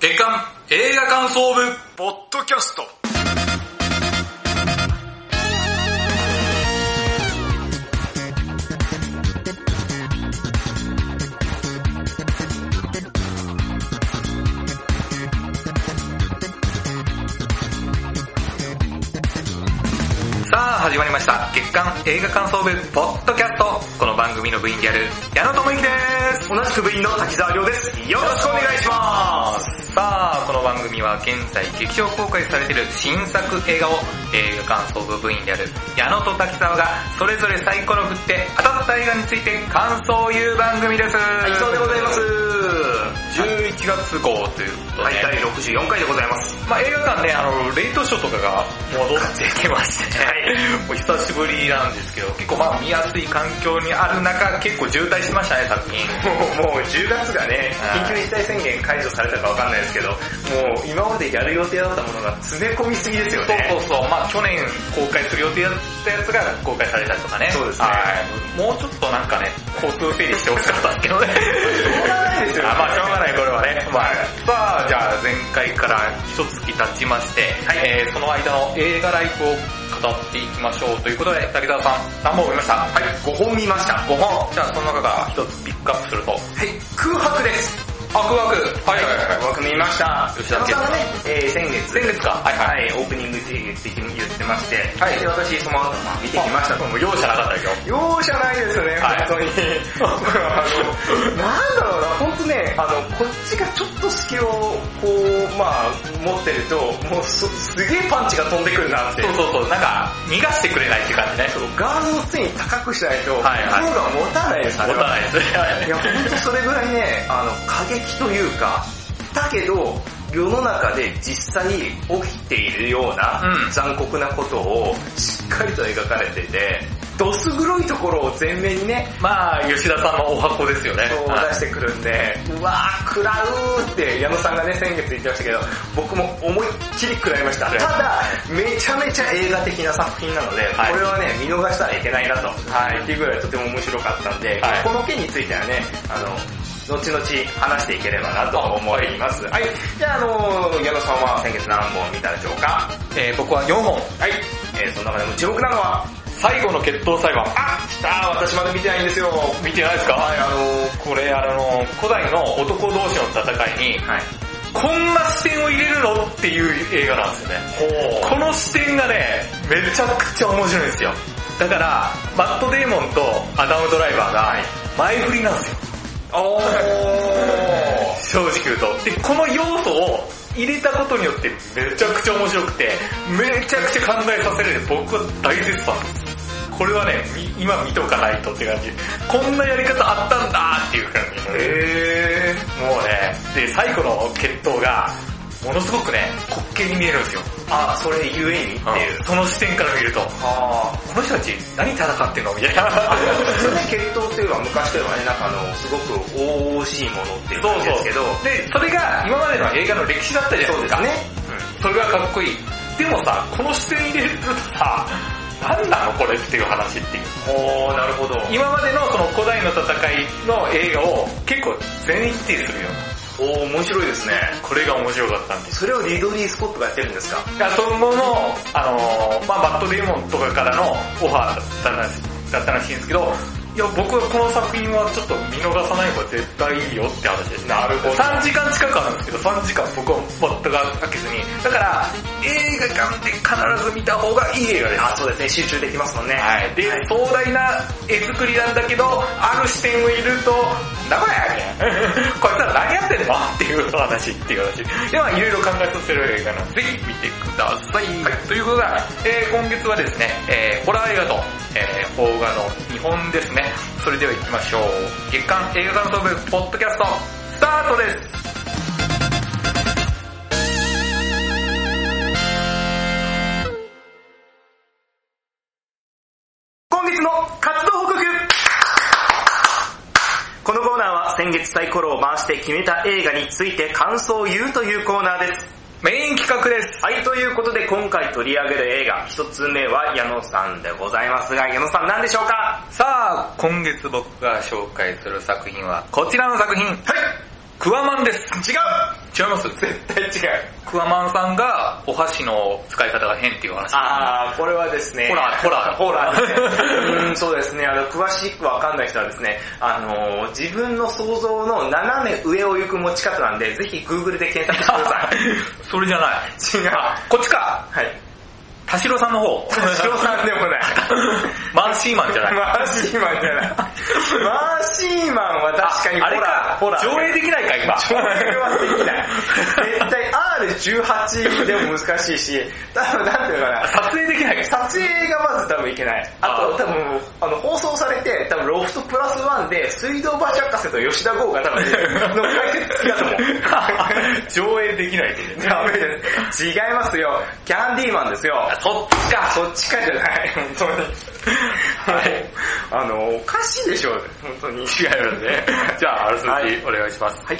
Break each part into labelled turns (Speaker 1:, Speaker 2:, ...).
Speaker 1: 間映画感想部
Speaker 2: ポッドキャスト
Speaker 1: さあ始まりました月間映画感想部ポッドキャストこの番組の部員である矢野智之です
Speaker 2: 同じく部員の滝沢亮ですよろしくお願いします
Speaker 1: さあこの番組は現在劇場公開されている新作映画を映画感想部部員である矢野と滝沢がそれぞれサイコロ振って当たった映画について感想を言う番組ですはい
Speaker 2: そうでございます
Speaker 1: 11月号ということ
Speaker 2: はい
Speaker 1: で、
Speaker 2: 第64回でございます
Speaker 1: まあ、映画館ね、あの、レイトショーとかが戻ってきまして、もう久しぶりなんですけど、結構まあ見やすい環境にある中、結構渋滞しましたね、作品。
Speaker 2: もうもう10月がね緊急事態宣言解除されたかわかんないですけどもう今までやる予定だったものが詰め込みすぎですよね
Speaker 1: そうそうそう、まあ去年公開する予定だったやつが公開されたりとかね。
Speaker 2: そうですね
Speaker 1: はいもうちょっとなんかね、交通整理してほしかったんですけどね。
Speaker 2: しょうがないですよね
Speaker 1: あまあしょうがない、これはね。まあ、さあ、じゃあ前回から一月経ちまして、えーその間の映画ライフを語っていきましょうということで、滝沢さん、何本見ましたはい、
Speaker 2: 5本見ました
Speaker 1: 5本。じゃあその中から一つピックアップすると。はい、
Speaker 2: 空白です
Speaker 1: あ、空白。はいはいはい。
Speaker 2: 空白見ました
Speaker 1: 吉田
Speaker 2: さん
Speaker 1: 家
Speaker 2: がね、えー、先月
Speaker 1: 先月か。はいは。
Speaker 2: はいい、オープニングで言ってまして、
Speaker 1: はい
Speaker 2: で私その後、まあ、見てきましたと。
Speaker 1: もう容赦なかったですよ。
Speaker 2: 容赦ないですね、
Speaker 1: はい
Speaker 2: 本当に。あのなんだろうな、本当ね、あの、こっちがちょっと隙を、こう、まあ、持ってると、もうす、すげえパンチが飛んでくるなって。
Speaker 1: そうそうそう、なんか、逃がしてくれないって感じね。
Speaker 2: ガードを常に高くしないと、
Speaker 1: はいはい
Speaker 2: 心が持たないです
Speaker 1: 持たないですね。
Speaker 2: いや、本当それぐらいね、あの、過激というか、だけど、世の中で実際に起きているような
Speaker 1: うん
Speaker 2: 残酷なことをしっかりと描かれていて、どす黒いところを前面にね、
Speaker 1: まあ、吉田さんのお箱ですよね。
Speaker 2: そう
Speaker 1: はい
Speaker 2: 出してくるんで、うわー、食らうって矢野さんがね、先月言ってましたけど、僕も思いっきり食らいました。ただ、めちゃめちゃ映画的な作品なので、
Speaker 1: はい
Speaker 2: これはね、見逃したらいけないなと、
Speaker 1: はい
Speaker 2: っていうぐらいとても面白かったんで、
Speaker 1: はい
Speaker 2: この件についてはね、あの、後々話していければなと思います。はい。じゃあ、あのー矢野さんは先月何本見たでしょうか
Speaker 1: えー僕は4本。
Speaker 2: はい。えー、その中でも注目なのは、
Speaker 1: 最後の決闘裁判。
Speaker 2: あ、来た私まだ見てないんですよ。は
Speaker 1: 見てないですかはい、あのーこれ、あのー古代の男同士の戦いに、
Speaker 2: い。
Speaker 1: こんな視点を入れるのっていう映画なんですよね。
Speaker 2: ほう。
Speaker 1: この視点がね、めちゃくちゃ面白いんですよ。だから、マット・デーモンとアダム・ドライバーが、前振りなんですよ。
Speaker 2: おー。
Speaker 1: 正直言うと。で、この要素を入れたことによってめちゃくちゃ面白くて、めちゃくちゃ考えさせられる僕は大絶賛です。これはね、み今見とかないとって感じ。こんなやり方あったんだっていう感じのね、
Speaker 2: え
Speaker 1: もうね、で、最後の決闘が、ものすごくね、滑稽に見えるんですよ。
Speaker 2: ー、あ、それゆえにって
Speaker 1: って
Speaker 2: い。
Speaker 1: いうう、その視点から見ると、こ
Speaker 2: あー。
Speaker 1: の人たち何戦ってんのみたいな。
Speaker 2: それね、決闘っていうのは昔ではね、なんかあの、すごく大々しいものっていう
Speaker 1: そうそう
Speaker 2: 感じですけど、
Speaker 1: で、それが今までの映画の歴史だったじゃないですか。
Speaker 2: ね。
Speaker 1: それがかっこいい。でもさ、この視点入れるとさ、なんなのこれっていう話っていう。
Speaker 2: おー、なるほど。
Speaker 1: 今までのその古代の戦いの映画を結構全否定するような。
Speaker 2: おー、面白いですね。
Speaker 1: これが面白かったんです。
Speaker 2: それをリドリー・スコットがやってるんですか
Speaker 1: いや、その後の、あのーまあマットデーモンとかからのオファーだったらしだったらしいんですけど、いや、僕はこの作品はちょっと見逃さない方が絶対いいよって話ですね。
Speaker 2: なるほど
Speaker 1: 3時間近くあるんですけど、3時間僕は全く開けずに。だから、映画館で必ず見た方がいい映画です。
Speaker 2: あ、そうですね、集中できますもんね。
Speaker 1: はい、で、壮大な絵作りなんだけど、ある視点を入れると、なんだこれこいつら何やってん のっていう話っていう話。では、いろいろ考えさせる映画なので、ぜひ見てください。ということで、えー今月はですね、えーホラー映画と、えー邦画の日本ですね。それでは行きましょう。月間映画館の部、ポッドキャスト、スタートです
Speaker 2: 今月の活動報告このコーナーは先月サイコロを回して決めた映画について感想を言うというコーナーです。
Speaker 1: メイン企画です。
Speaker 2: はい、ということで今回取り上げる映画、一つ目は矢野さんでございますが、矢野さん何でしょうか
Speaker 1: さあ、今月僕が紹介する作品はこちらの作品。はい。クワマンです。
Speaker 2: 違う
Speaker 1: 違います
Speaker 2: 絶対違う。
Speaker 1: クワマンさんがお箸の使い方が変っていう 話。
Speaker 2: あー、これはですね。
Speaker 1: ホラーホラー
Speaker 2: ホラーです ね。うん、そうですね。あの、詳しくわかんない人はですね、あのー、自分の想像の斜め上を行く持ち方なんで、ぜひ Google で検索してください。
Speaker 1: それじゃない。
Speaker 2: 違う。
Speaker 1: あこっちか
Speaker 2: はい。
Speaker 1: 田代さんの方。
Speaker 2: シロさんでもない。
Speaker 1: マンシーマンじゃない。
Speaker 2: マーシーマンじゃない。マーシーマンは確かに
Speaker 1: あ
Speaker 2: ホ
Speaker 1: あれ
Speaker 2: ラー。
Speaker 1: か
Speaker 2: ホラ、ー。
Speaker 1: 上映できないか、今。
Speaker 2: それはできない。絶対 R18 でも難しいし、多分なんていうのか な。
Speaker 1: 撮影できない。
Speaker 2: 撮影がまず多分いけない。あと多分、あの、放送されて、多分ロフトプラスワンで、水道橋博士と吉田豪が多分、の解決だと思う。
Speaker 1: 上映できない。
Speaker 2: ダメです。違いますよ。キャンディーマンですよ。
Speaker 1: そっちか。
Speaker 2: そっちかじゃない、本当に。
Speaker 1: はい。
Speaker 2: あの、おかしいでしょ、本当に。
Speaker 1: 違いますね。じゃあ、あらす
Speaker 2: はい
Speaker 1: じお願いします。
Speaker 2: はい。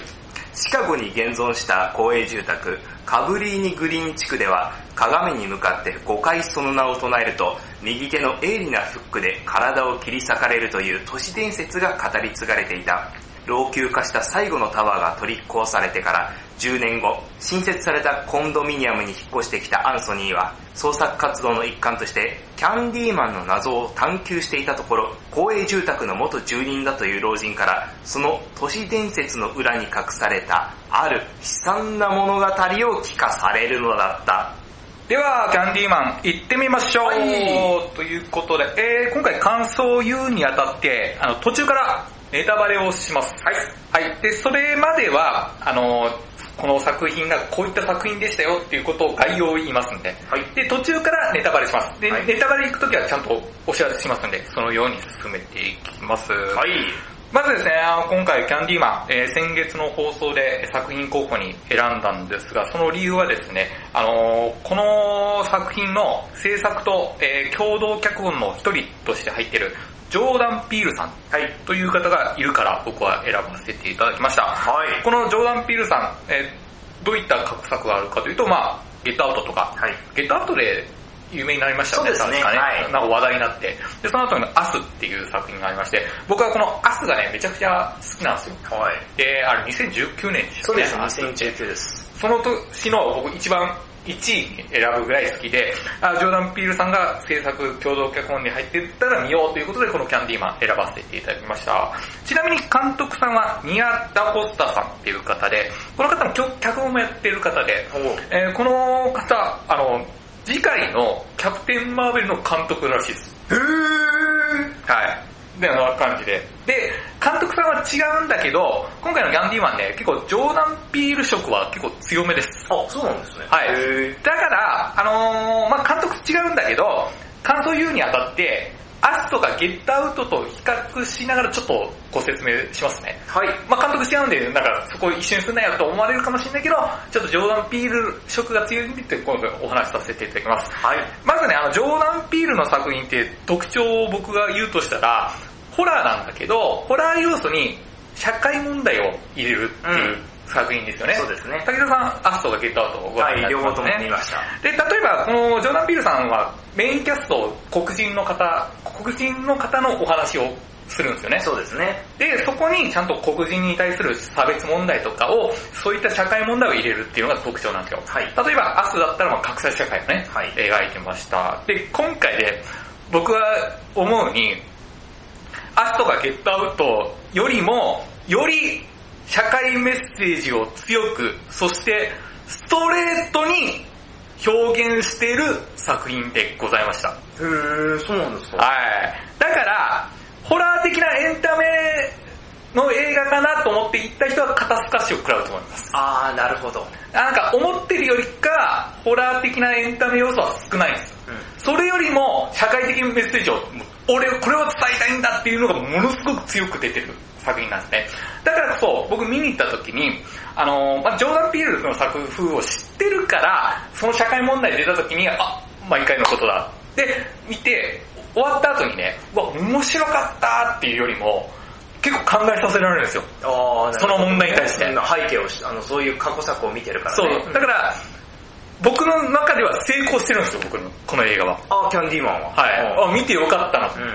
Speaker 2: シカゴに現存した公営住宅、カブリーニグリーン地区では、鏡に向かって5回その名を唱えると、右手の鋭利なフックで体を切り裂かれるという都市伝説が語り継がれていた。老朽化した最後のタワーが取り壊されてから10年後、新設されたコンドミニアムに引っ越してきたアンソニーは、創作活動の一環として、キャンディーマンの謎を探求していたところ、公営住宅の元住人だという老人から、その都市伝説の裏に隠された、ある悲惨な物語を聞かされるのだった。
Speaker 1: では、キャンディーマン、行ってみましょう、
Speaker 2: はい
Speaker 1: ということで、えー、今回感想を言うにあたって、あの、途中からネタバレをします。はい。はい。で、それまでは、あの、この作品がこういった作品でしたよっていうことを概要を言いますんで。
Speaker 2: はい
Speaker 1: で、途中からネタバレします。で、
Speaker 2: はい。
Speaker 1: ネタバレ行くときはちゃんとお知らせしますんで、そのように進めていきます。はいまずですね、あの今回キャンディーマン、えー先月の放送で作品候補に選んだんですが、その理由はですね、あのーこの作品の制作と、えー共同脚本の一人として入っている、ジョーダン・ピールさん
Speaker 2: はい。
Speaker 1: という方がいるから僕は選ばせていただきました。
Speaker 2: はい。
Speaker 1: このジョーダン・ピールさん、えーどういった過去作があるかというと、まあゲットアウトとか、
Speaker 2: はい。
Speaker 1: ゲットアウトで有名になりましたよね、
Speaker 2: そうですね
Speaker 1: 確かね、
Speaker 2: はい
Speaker 1: なんか話題になって。で、その後にアスっていう作品がありまして、僕はこのアスがね、めちゃくちゃ好きなんですよ。
Speaker 2: はい。
Speaker 1: で、あれ2019年でした
Speaker 2: そう
Speaker 1: ね。
Speaker 2: です、
Speaker 1: アス
Speaker 2: 2019です。
Speaker 1: その年の僕一番1位に選ぶぐらい好きで、あジョーダン・ピールさんが制作共同脚本に入ってったら見ようということで、このキャンディーマン選ばせていただきました。ちなみに監督さんはニア・ダ・コスタさんっていう方で、この方も脚脚本もやってる方で、えーこの方、あの、次回のキャプテン・マーベルの監督らしいです。
Speaker 2: へー。
Speaker 1: はい。で、あの感じで。で、監督さんは違うんだけど、今回のギャンディーマンね、結構ジョーダン・ピール色は結構強めです。
Speaker 2: あ、そうなんですね。
Speaker 1: はい
Speaker 2: へ
Speaker 1: だから、あのーまあ監督違うんだけど、感想を言うにあたって、アスとかゲットアウトと比較しながらちょっとご説明しますね。
Speaker 2: ー。はい。
Speaker 1: まあ監督違うんで、なんかそこ一緒にすんなよと思われるかもしれないけど、ちょっとジョーダン・ピール色が強いんでって今度お話しさせていただきます。
Speaker 2: はい。
Speaker 1: まずね、あの、ジョーダン・ピールの作品って特徴を僕が言うとしたら、ホラーなんだけど、ホラー要素に社会問題を入れるっていう作品ですよね。
Speaker 2: そうですね
Speaker 1: 武。田さん、アストがゲットアウトをご覧にな
Speaker 2: は、
Speaker 1: いり
Speaker 2: 両
Speaker 1: まし
Speaker 2: 方
Speaker 1: た
Speaker 2: と
Speaker 1: ね。
Speaker 2: も見ました。
Speaker 1: で、例えば、このジョーダン・ピールさんはメインキャスト、黒人の方、黒人の方のお話をするんですよね。
Speaker 2: そうですね。
Speaker 1: で、そこにちゃんと黒人に対する差別問題とかを、そういった社会問題を入れるっていうのが特徴なんですよ。
Speaker 2: はい。
Speaker 1: 例えば、アスだったらまあ格差社会をね、
Speaker 2: はい
Speaker 1: 描いてました。で、今回で僕は思うに、アスとかゲットアウトよりも、より社会メッセージを強く、そしてストレートに表現している作品でございました。
Speaker 2: へー、そうなんですか。
Speaker 1: はい。だから、ホラー的なエンタメの映画かなと思って行った人は肩透かしを食らうと思います。
Speaker 2: あー、なるほど。
Speaker 1: なんか思ってるよりか、ホラー的なエンタメ要素は少ないんです。
Speaker 2: う
Speaker 1: それよりも、社会的メッセージを、俺、これを伝えたいんだっていうのがものすごく強く出てる作品なんですね。だからこそ、僕見に行った時に、あのーまあ、ジョーダン・ピールの作風を知ってるから、その社会問題出た時に、あ、毎回のことだ。で、見て、終わった後にね、うわ、面白かったっていうよりも、結構考えさせられるんですよ。
Speaker 2: あー、なるほど
Speaker 1: その問題に対して
Speaker 2: うん背景をし、あの、そういう過去作を見てるから
Speaker 1: そ
Speaker 2: ね。
Speaker 1: う。だから、僕の中では成功してるんですよ、僕の、この映画は。
Speaker 2: あー、キャンディーマンは。
Speaker 1: はい。あ、見てよかったなと
Speaker 2: うん。うん。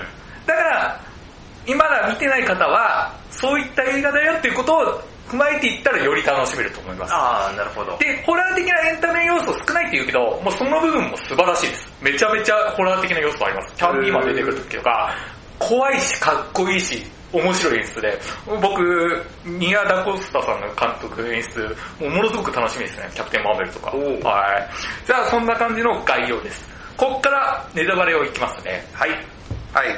Speaker 1: だから、今だ見てない方は、そういった映画だよっていうことを踏まえていったらより楽しめると思います。
Speaker 2: ああ、なるほど。
Speaker 1: で、ホラー的なエンタメ要素少ないって言うけど、もうその部分も素晴らしいです。めちゃめちゃホラー的な要素あります。キャンディーマン出てくる時とか、怖いし、かっこいいし、面白い演出で、僕、ニア・ダ・コスタさんの監督演出、もうものすごく楽しみですね。キャプテン・マーベルとか。
Speaker 2: おう
Speaker 1: はい。じゃあ、そんな感じの概要です。こっからネタバレをいきますね。
Speaker 2: はい。
Speaker 1: はい。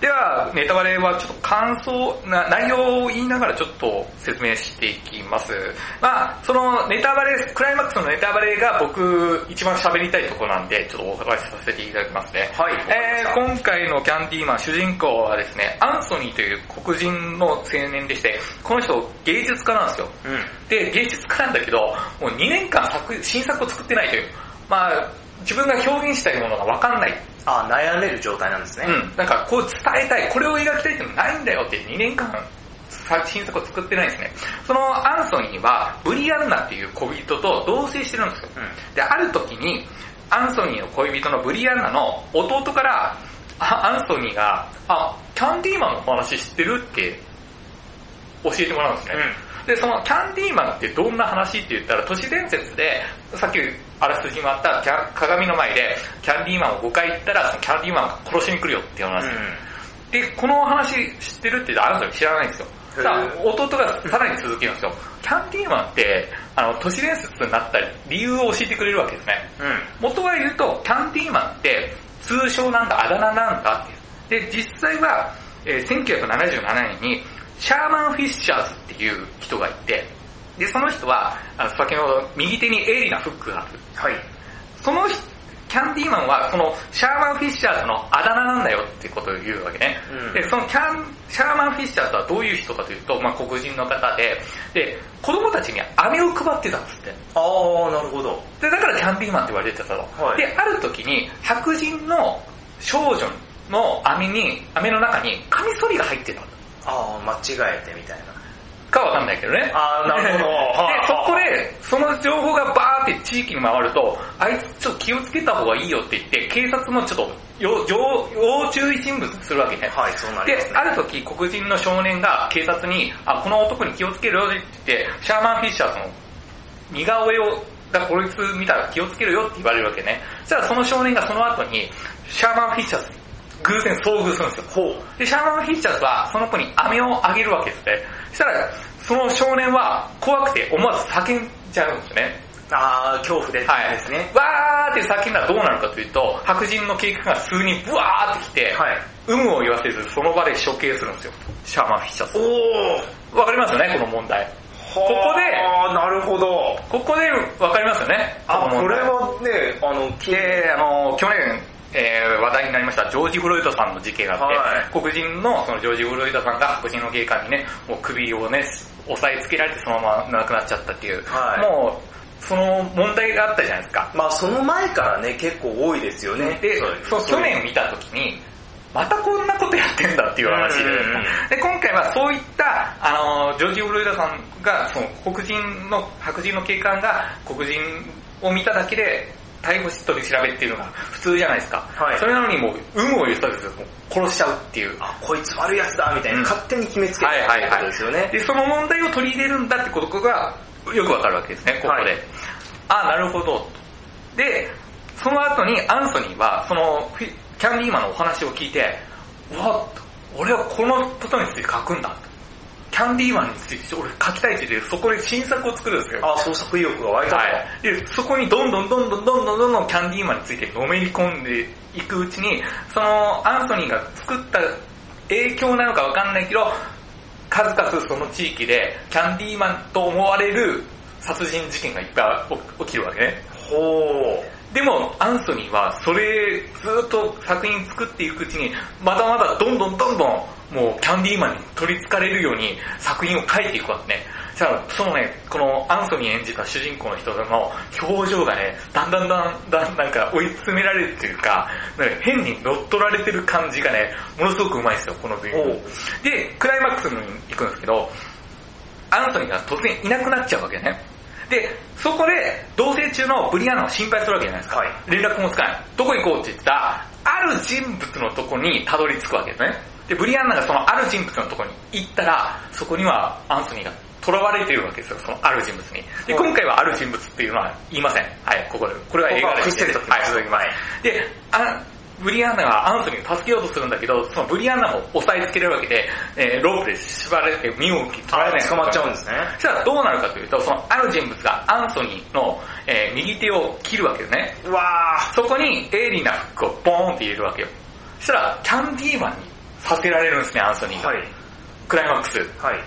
Speaker 1: では、ネタバレはちょっと感想、な内容を言いながらちょっと説明していきます。まあ、そのネタバレ、クライマックスのネタバレが僕一番喋りたいところなんで、ちょっとお伺いさせていただきますね。
Speaker 2: はい
Speaker 1: えー今回のキャンディーマン主人公はですね、アンソニーという黒人の青年でして、この人芸術家なんですよ。
Speaker 2: うん。
Speaker 1: で、芸術家なんだけど、もう2年間作新作を作ってないという。まあ、自分が表現したいものがわかんない
Speaker 2: ああ、悩める状態なんですね。
Speaker 1: うん、なんかこう伝えたい、これを描きたいってのないんだよって2年間作新作を作ってないんですね。そのアンソニーはブリアンナっていう恋人と同棲してるんですよ。で、ある時にアンソニーの恋人のブリアンナの弟から、あアンソニーが、あ、キャンディーマンの話知ってるって教えてもらうんですね。で、そのキャンディーマンってどんな話って言ったら、都市伝説で、さっきあらすじにもあったキャ鏡の前で、キャンディーマンを5回言ったら、そのキャンディーマンが殺しに来るよっていう
Speaker 2: うん。
Speaker 1: 話。
Speaker 2: うん。
Speaker 1: で、この話知ってるって言ったら、あなた知らないんですよ。
Speaker 2: へー
Speaker 1: さあ、弟がさらに続きるんですよ。キャンディーマンって、あの、都市伝説になった理由を教えてくれるわけですね。
Speaker 2: うん。
Speaker 1: 元は言うと、キャンディーマンって通称なんだ、あだ名なんだっていう。で、実際は、えー1977年に、シャーマン・フィッシャーズっていう人がいて、で、その人は、あの先ほど右手に鋭利なフックがある。
Speaker 2: はい。
Speaker 1: その人キャンディーマンは、その、シャーマン・フィッシャーズのあだ名なんだよってことを言うわけね。
Speaker 2: うん
Speaker 1: で、そのキャン、シャーマン・フィッシャーズはどういう人かというと、まあ黒人の方で、で、子供たちに飴を配ってたんですって。
Speaker 2: ああ、なるほど。
Speaker 1: で、だからキャンディーマンって言われてたと。
Speaker 2: はい
Speaker 1: で、ある時に白人の少女の網に、網の中にカミソリが入ってた。
Speaker 2: ああ、間違えてみたいな。
Speaker 1: かわかんないけどね。
Speaker 2: あーなるほど
Speaker 1: で
Speaker 2: は、あ
Speaker 1: そこで、その情報がバーって地域に回ると、あいつちょっと気をつけた方がいいよって言って、警察もちょっと要、要要注意人物にするわけね。
Speaker 2: はい、そうなり
Speaker 1: で
Speaker 2: ます、ね。
Speaker 1: ある時黒人の少年が警察に、あ、この男に気をつけるよって言って、シャーマンフィッシャーその似顔絵を、だからこいつ見たら気をつけるよって言われるわけね。そしたらその少年がその後に、シャーマンフィッシャーズに偶然遭遇するんですよ。で、シャーマンフィッシャーズはその子に飴をあげるわけですね。そしたら、その少年は怖くて思わず叫んじゃうんですね。
Speaker 2: ああ、恐怖で
Speaker 1: はい。
Speaker 2: ですね。
Speaker 1: わーって叫んだらどうなるかというと、白人の警官が数人ブワーって来て、
Speaker 2: はい。
Speaker 1: 有無を言わせずその場で処刑するんですよ。シャーマンフィッシャーズ。
Speaker 2: おお。
Speaker 1: わかりますよね、この問題。ここで
Speaker 2: ああ、なるほど。
Speaker 1: ここでわかりますよね。
Speaker 2: あ、
Speaker 1: の問
Speaker 2: これ
Speaker 1: 題
Speaker 2: はね、あの、き
Speaker 1: で、あの、去年、えー話題になりました、ジョージ・フロイドさんの事件があって、黒人の、そのジョージ・フロイドさんが白人の警官にね、もう首をね、押さえつけられてそのまま亡くなっちゃったっていう、
Speaker 2: はい
Speaker 1: もう、その問題があったじゃないですか。
Speaker 2: まあその前からね、結構多いですよね。
Speaker 1: で
Speaker 2: そう、です
Speaker 1: そう、去年見たときに、またこんなことやってんだっていう話で
Speaker 2: うんうんうん、
Speaker 1: で、今回はそういった、あの、ジョージ・フロイドさんが、その黒人の、白人の警官が黒人を見ただけで、逮捕し取り調べっていうのが普通じゃないですか。
Speaker 2: はい
Speaker 1: それなのにもう、有無を言さず、もう殺しちゃうっていう。
Speaker 2: あ、こいつ悪いやつだ、みたいな、
Speaker 1: うん
Speaker 2: 勝手に決めつけて
Speaker 1: はいはいはい
Speaker 2: ってことですよね。
Speaker 1: で、その問題を取り入れるんだってことがよくわかるわけですね、ここで。
Speaker 2: はい
Speaker 1: ああ、なるほど。で、その後にアンソニーは、そのフィキャンディーマンのお話を聞いて、うわ、俺はこのことについて書くんだ。キャンディーマンについて俺書きたいって言って、そこで新作を作るんですよ。
Speaker 2: あ、創作意欲が湧いたと。
Speaker 1: はい。で、そこにどんどんどんどんどんどんどんどんキャンディーマンについてのめり込んでいくうちに、そのアンソニーが作った影響なのかわかんないけど、数々その地域でキャンディーマンと思われる殺人事件がいっぱい起きるわけね。
Speaker 2: ほ
Speaker 1: でも、アンソニーは、それ、ずっと作品作っていくうちに、まだまだどんどんどんどん、もう、キャンディーマンに取り憑かれるように、作品を書いていくわけね。じゃあ、そのね、この、アンソニー演じた主人公の人の表情がね、だんだんだんだん、なんか追い詰められるというか、なんか変に乗っ取られてる感じがね、ものすごくうまいですよ、この部分
Speaker 2: おう。
Speaker 1: で、クライマックスに行くんですけど、アントニーが突然いなくなっちゃうわけね。で、そこで同棲中のブリアナを心配するわけじゃないですか。
Speaker 2: はい
Speaker 1: 連絡もつかない。どこ行こうって言ったら、ある人物のとこにたどり着くわけですね。で、ブリアンナがそのある人物のとこに行ったら、そこにはアンソニーが囚われているわけですよ、そのある人物に。で、
Speaker 2: うん
Speaker 1: 今回はある人物っていうのは言いません。はい、ここで。これは映画
Speaker 2: ここは
Speaker 1: で
Speaker 2: 伏せ
Speaker 1: す
Speaker 2: ときます
Speaker 1: はい、伏せときます。で、あブリアンナがアンソニーを助けようとするんだけど、そのブリアンナも押さえつけるわけで、えーロープで縛られて身を切られない。
Speaker 2: 捕まっちゃうんですね。
Speaker 1: そしたらどうなるかというと、そのある人物がアンソニーの、えー右手を切るわけですね。
Speaker 2: うわ
Speaker 1: そこに鋭利なフックをボーンって入れるわけよ。そしたら、キャンディーマンにさせられるんですね、アンソニーが。
Speaker 2: はい。
Speaker 1: クライマックス。
Speaker 2: はい。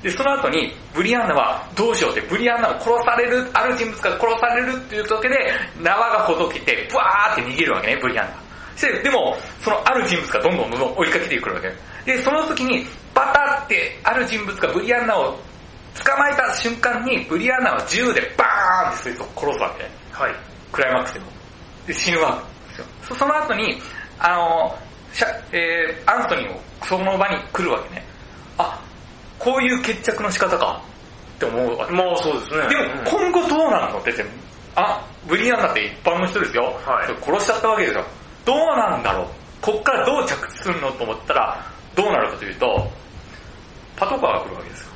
Speaker 1: で、その後に、ブリアンナはどうしようって、ブリアンナを殺される、ある人物が殺されるっていう時で、縄がほどけて、ブワーって逃げるわけね、ブリアンナが。して、でも、そのある人物がどんどんどんどん追いかけてくるわけ。で、その時に、バタって、ある人物がブリアンナを捕まえた瞬間に、ブリアンナは銃でバーンってそいつを殺すわけね。
Speaker 2: はい。
Speaker 1: クライマックスでも。で、死ぬわけですよ。そその後に、あの、シャえー、アンソニーもその場に来るわけね。あ、こういう決着の仕方かって思うわけ。
Speaker 2: まあそうですね。
Speaker 1: でも、今後どうなるのって言って、あ、ブリアンだって一般の人ですよ。
Speaker 2: はい
Speaker 1: 殺しちゃったわけですよ。どうなんだろうこっからどう着地するのと思ったら、どうなるかというと、パトカーが来るわけですよ。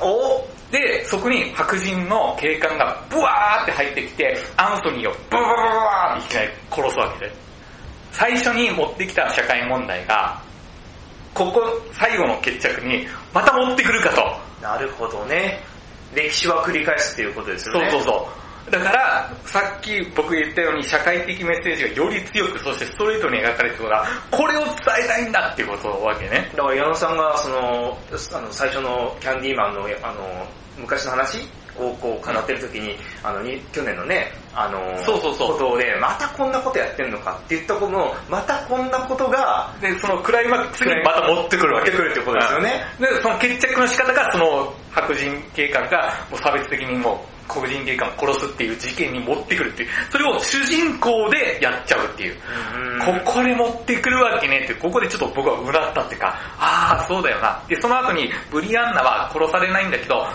Speaker 2: お
Speaker 1: で、そこに白人の警官がブワーって入ってきて、アンソニーをブワブワブワーっていきなり殺すわけで。最初に持ってきた社会問題が、ここ最後の決着にまた持ってくるかと。
Speaker 2: なるほどね。歴史は繰り返すっていうことですよね。
Speaker 1: そうそうそう。だから、さっき僕言ったように社会的メッセージがより強く、そしてストレートに描かれてるから、これを伝えたいんだっていうことわけね。
Speaker 2: だから矢野さんがそのあの最初のキャンディーマンのあの昔の話をこう語ってる時に,、あのに去年のねあの
Speaker 1: そうそうそう
Speaker 2: ことでまたこんなことやってんのかって言ったことのまたこんなことが
Speaker 1: で、そのクライマックスにまた持ってくるわけ。
Speaker 2: 出てくるってことですよね。
Speaker 1: で、その決着の仕方が、その白人警官がもう差別的にもう黒人警官を殺すっていう事件に持ってくるっていう、それを主人公でやっちゃうっていう。
Speaker 2: こ
Speaker 1: ここで持ってくるわけねって、ここでちょっと僕はうなったっていうか、ああ、そうだよな。で、その後にブリアンナは殺されないんだけど、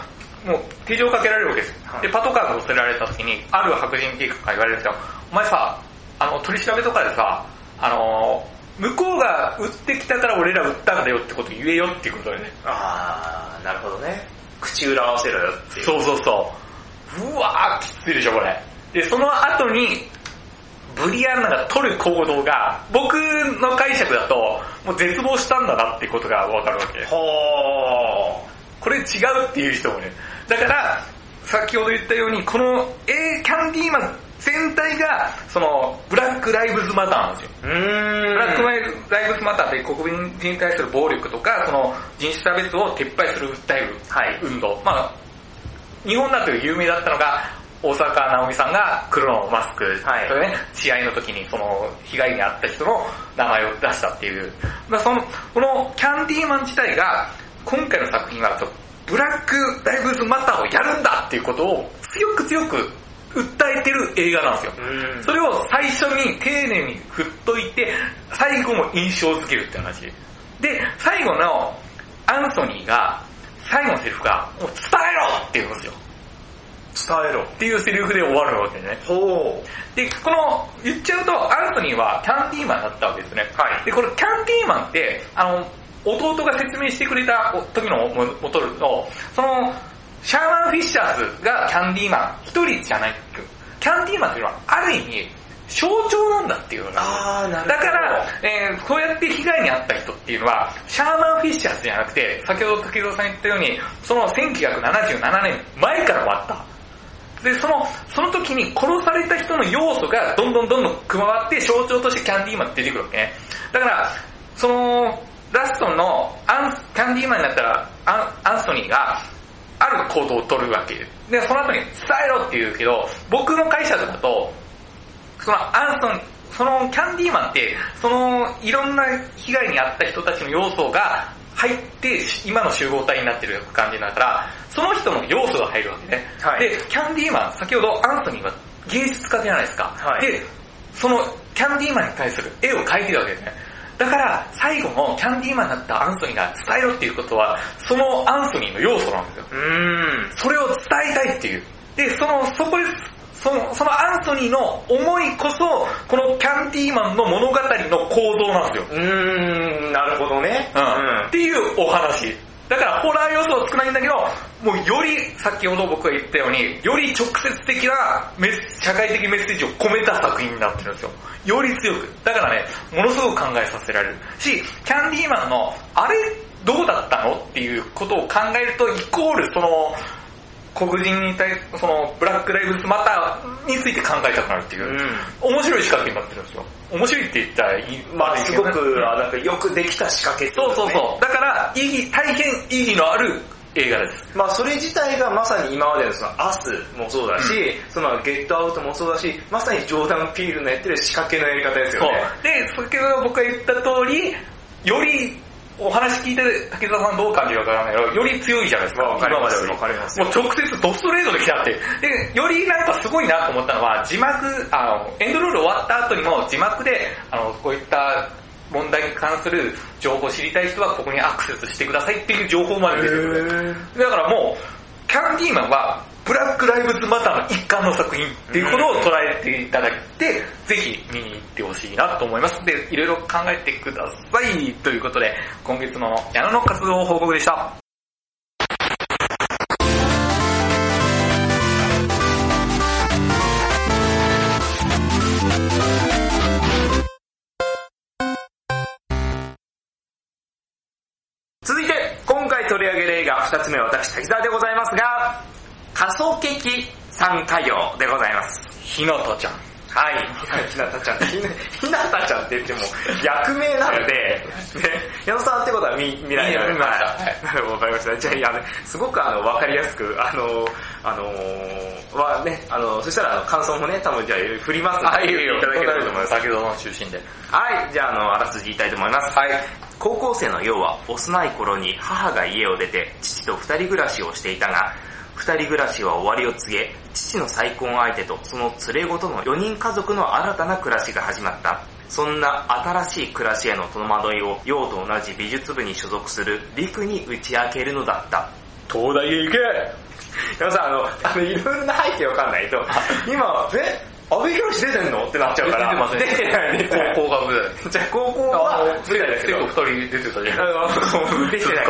Speaker 1: もう手錠かけられるわけです。
Speaker 2: はい
Speaker 1: で、パトカーが乗せられた時に、ある白人警官が言われるんですよ。お前さ、あの、取り調べとかでさ、あのー向こうが撃ってきたから俺ら撃ったんだよってこと言えよっていうことでね。
Speaker 2: ああなるほどね口裏合わせろよっていう
Speaker 1: そうそうそう。うわー、きついでしょ、これ。で、その後に、ブリアンナが取る行動が、僕の解釈だと、もう絶望したんだなってことがわかるわけ。
Speaker 2: ほ
Speaker 1: これ違うっていう人もね。だから、先ほど言ったように、この、A キャンディーマン全体が、その、ブラックライブズマターなんですよ。
Speaker 2: ううーん
Speaker 1: ブラックライブズマターって国民に対する暴力とか、その人種差別を撤廃する訴える
Speaker 2: はい
Speaker 1: 運動。まあ、日本だと有名だったのが、大坂なおみさんが黒のマスク、
Speaker 2: はい
Speaker 1: それね、試合の時にその被害に遭った人の名前を出したっていう。まあ、その、このキャンディーマン自体が、今回の作品はちょっとブラックライブズマターをやるんだっていうことを強く強く訴えてる映画なんですよ。
Speaker 2: うん
Speaker 1: それを最初に丁寧に振っといて、最後も印象付けるって話。で、最後のアンソニーが、最後のセリフが、もう伝えろって言うんですよ。
Speaker 2: 伝えろ
Speaker 1: っていうセリフで終わるわけね。
Speaker 2: ほ
Speaker 1: で、この、言っちゃうと、アンソニーはキャンディーマンだったわけですね。
Speaker 2: はい
Speaker 1: で、これキャンディーマンって、あの、弟が説明してくれた時のも元の、その、シャーマン・フィッシャーズがキャンディーマン、一人じゃない。キャンディーマンっていうのは、ある意味、象徴なんだっていうような。
Speaker 2: ああなる
Speaker 1: だ
Speaker 2: ほ
Speaker 1: か
Speaker 2: ど
Speaker 1: ら、えー、こうやって被害に遭った人っていうのは、シャーマン・フィッシャーズじゃなくて、先ほど滝蔵さん言ったように、その1977年前からもあった。で、その、その時に殺された人の要素がどんどんどんどん加わって象徴としてキャンディーマンって出てくるわけね。だから、その、ラストのアン、キャンディーマンになったら、アンアンソニーが、ある行動を取るわけで。で、その後に伝えろって言うけど、僕の解釈だと、そのアンソン、そのキャンディーマンって、そのいろんな被害に遭った人たちの要素が入って、今の集合体になってる感じだから、その人の要素が入るわけね。
Speaker 2: はい
Speaker 1: で、キャンディーマン、先ほどアンソニーは芸術家じゃないですか。
Speaker 2: はい
Speaker 1: で、そのキャンディーマンに対する絵を描いてるわけですね。だから、最後のキャンディーマンだったアンソニーが伝えろっていうことは、そのアンソニーの要素なんですよ。
Speaker 2: ううーん
Speaker 1: それを伝えたいっていう。で、その、そこで、その、そのアンソニーの思いこそ、このキャンディーマンの物語の構造なんですよ。
Speaker 2: うーんなるほどね
Speaker 1: うん。っていうお話。だからホラー要素は少ないんだけど、もうより、先ほど僕が言ったように、より直接的なメス社会的メッセージを込めた作品になってるんですよ。より強く。だからね、ものすごく考えさせられる。し、キャンディーマンの、あれ、どうだったのっていうことを考えると、イコール、その、黒人に対すそのブラック・ライブズ・マターについて考えたくなるっていう、面白い仕掛けになってるんですよ面白いって言ったらいい
Speaker 2: まあ
Speaker 1: 悪い
Speaker 2: す
Speaker 1: け
Speaker 2: ご
Speaker 1: ど
Speaker 2: く、あなんかよくできた仕掛けってい
Speaker 1: そうそう
Speaker 2: かね
Speaker 1: そうだから意義大変意義のある映画です
Speaker 2: まあそれ自体がまさに今までのそのアスもそうだし、そのゲットアウトもそうだし、まさにジョーダン・ピールのやってる仕掛けのやり方ですよ
Speaker 1: そう
Speaker 2: ね。
Speaker 1: で先ほど僕が言った通りよりお話聞いて竹澤さんどう感じるかわからないけどより強いじゃないですか
Speaker 2: わかりま
Speaker 1: 今ま
Speaker 2: す
Speaker 1: でより
Speaker 2: わかります
Speaker 1: もう直接ドストレートで来たってでよりなんかすごいなと思ったのは字幕あのエンドロール終わった後にも字幕であのこういった問題に関する情報を知りたい人はここにアクセスしてくださいっていう情報まで出てくるだからもう、キャンディーマンは、ブラック・ライブズ・マターの一環の作品っていうことを捉えていただいて、ぜひ見に行ってほしいなと思います。で、いろいろ考えてください。ということで、今月の矢野の活動報告でした。
Speaker 2: 続いて、今回取り上げる映画二つ目は私、滝沢でございますが、仮想劇参加業でございます。
Speaker 1: ひなたちゃん。
Speaker 2: はい、ひなたちゃん。ひなひなたちゃんって言っても、役名なので、ね、矢野さんってことは見見られない。
Speaker 1: 見ました
Speaker 2: はいなるほど、わかりました。じゃあいや、あのすごくあの、わかりやすく、あの、あのはね、あの、そしたらあの感想もね、多分じゃあ振りますので、言っていただければと思います。
Speaker 1: 先ほどの中心で。
Speaker 2: はい、じゃあ、あの、あらすじ言いたいと思います。
Speaker 1: はい。
Speaker 2: 高校生の陽は幼い頃に母が家を出て父と二人暮らしをしていたが、二人暮らしは終わりを告げ、父の再婚相手とその連れ子との4人家族の新たな暮らしが始まった。そんな新しい暮らしへの戸惑いを陽と同じ美術部に所属する陸に打ち明けるのだった。
Speaker 1: 東大へ行け
Speaker 2: 山さん、あの、あの、いろいろな背景わかんな いと、今、え安倍博士出てんのってなっちゃうから。
Speaker 1: 出て
Speaker 2: ない、出てない。
Speaker 1: 高校学部だよ。
Speaker 2: じゃあ高校
Speaker 1: あ
Speaker 2: は
Speaker 1: の、、
Speaker 2: 出てないで
Speaker 1: 結
Speaker 2: すけど
Speaker 1: 構二人出てたじゃん。
Speaker 2: あの、出てない。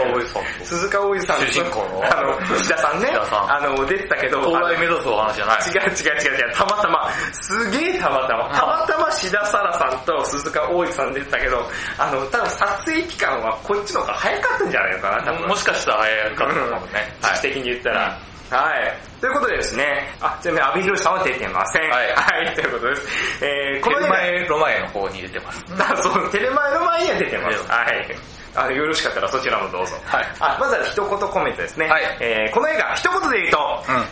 Speaker 2: 鈴鹿おじさん。
Speaker 1: 主人公の
Speaker 2: あの、石田さんね。
Speaker 1: 石田さん
Speaker 2: あの、出てたけど、
Speaker 1: 東
Speaker 2: あの
Speaker 1: 大目指すお話じゃない。
Speaker 2: 違う違う違う違う、たまたま、すげえたまたま、たまたま志田沙羅さんと鈴鹿大井さん出てたけど、あの、多分撮影期間はこっちの方が早かったんじゃないのかな、多分。
Speaker 1: もしかしたら早かったかもね。
Speaker 2: 時期的に言ったら。はい。ということでですね、あ、ちなみに阿部寛さんは出てません。
Speaker 1: はい
Speaker 2: はい、ということです。えー、こ
Speaker 1: この
Speaker 2: の映画
Speaker 1: 前、ロマエの方に出てます。
Speaker 2: あ、そう、テレ前の前には出てます
Speaker 1: 出。てま
Speaker 2: はい。あの、よろしかったらそちらもどうぞ。
Speaker 1: はい
Speaker 2: あ、まずは一言コメントですね。
Speaker 1: はい
Speaker 2: えーこの映画、一言で言うと、
Speaker 1: うん
Speaker 2: 誠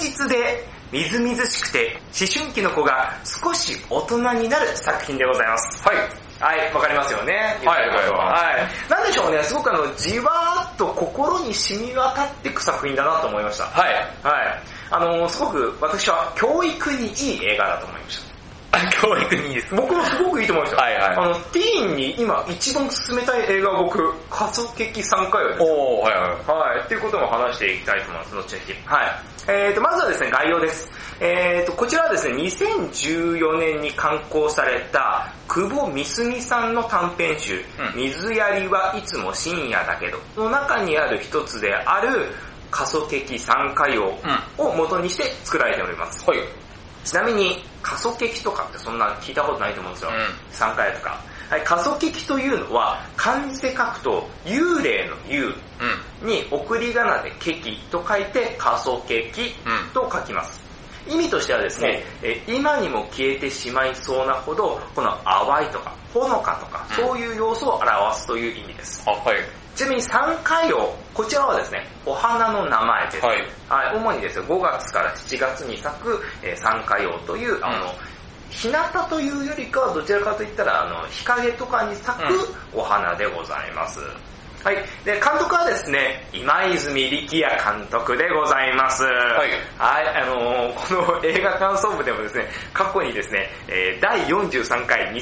Speaker 2: 実で、みずみずしくて、思春期の子が少し大人になる作品でございます。
Speaker 1: はい。
Speaker 2: はい、わかりますよね。
Speaker 1: はい
Speaker 2: 言ってること
Speaker 1: わか
Speaker 2: はい。なんでしょうね、すごくあの、じわーっと心に染み渡っていく作品だなと思いました。
Speaker 1: はい。
Speaker 2: はい。あのーすごく私は教育にいい映画だと思いました。
Speaker 1: 教育にいいです。
Speaker 2: 僕もすごくいいと思いますよ。
Speaker 1: はいはい
Speaker 2: あの、ティーンに今一番勧めたい映画は僕、仮想劇参加よです。
Speaker 1: おー、はいはい。
Speaker 2: はい、っていうことも話していきたいと思います、後々。はい。えーと、まずはですね、概要です。えーと、こちらはですね、2014年に刊行された、久保美澄さんの短編集、
Speaker 1: うん
Speaker 2: 水やりはいつも深夜だけど、の中にある一つである、仮想劇参加用を元にして作られております。
Speaker 1: はい。
Speaker 2: ちなみに、仮想劇とかってそんな聞いたことないと思うんですよ。
Speaker 1: う
Speaker 2: 3回とか。はい、仮想劇というのは、漢字で書くと、幽霊の幽
Speaker 1: うん。
Speaker 2: に送り仮名で劇と書いて仮想劇と書きます。意味としてはですね、え今にも消えてしまいそうなほど、この淡いとか、ほのかとか、
Speaker 1: うん
Speaker 2: そういう要素を表すという意味です。
Speaker 1: あ、はい。
Speaker 2: ちなみに三回を、こちらはですね、お花の名前です。
Speaker 1: はい。
Speaker 2: はい、主にですよ、5月から7月に咲く、えー、三花葉という、あの、日向というよりかはどちらかといったら、あの、日陰とかに咲くお花でございます。はい。で、監督はですね、今泉力也監督でございます。はいはい、あのーこの映画感想部でもですね、過去にですね、えー第43回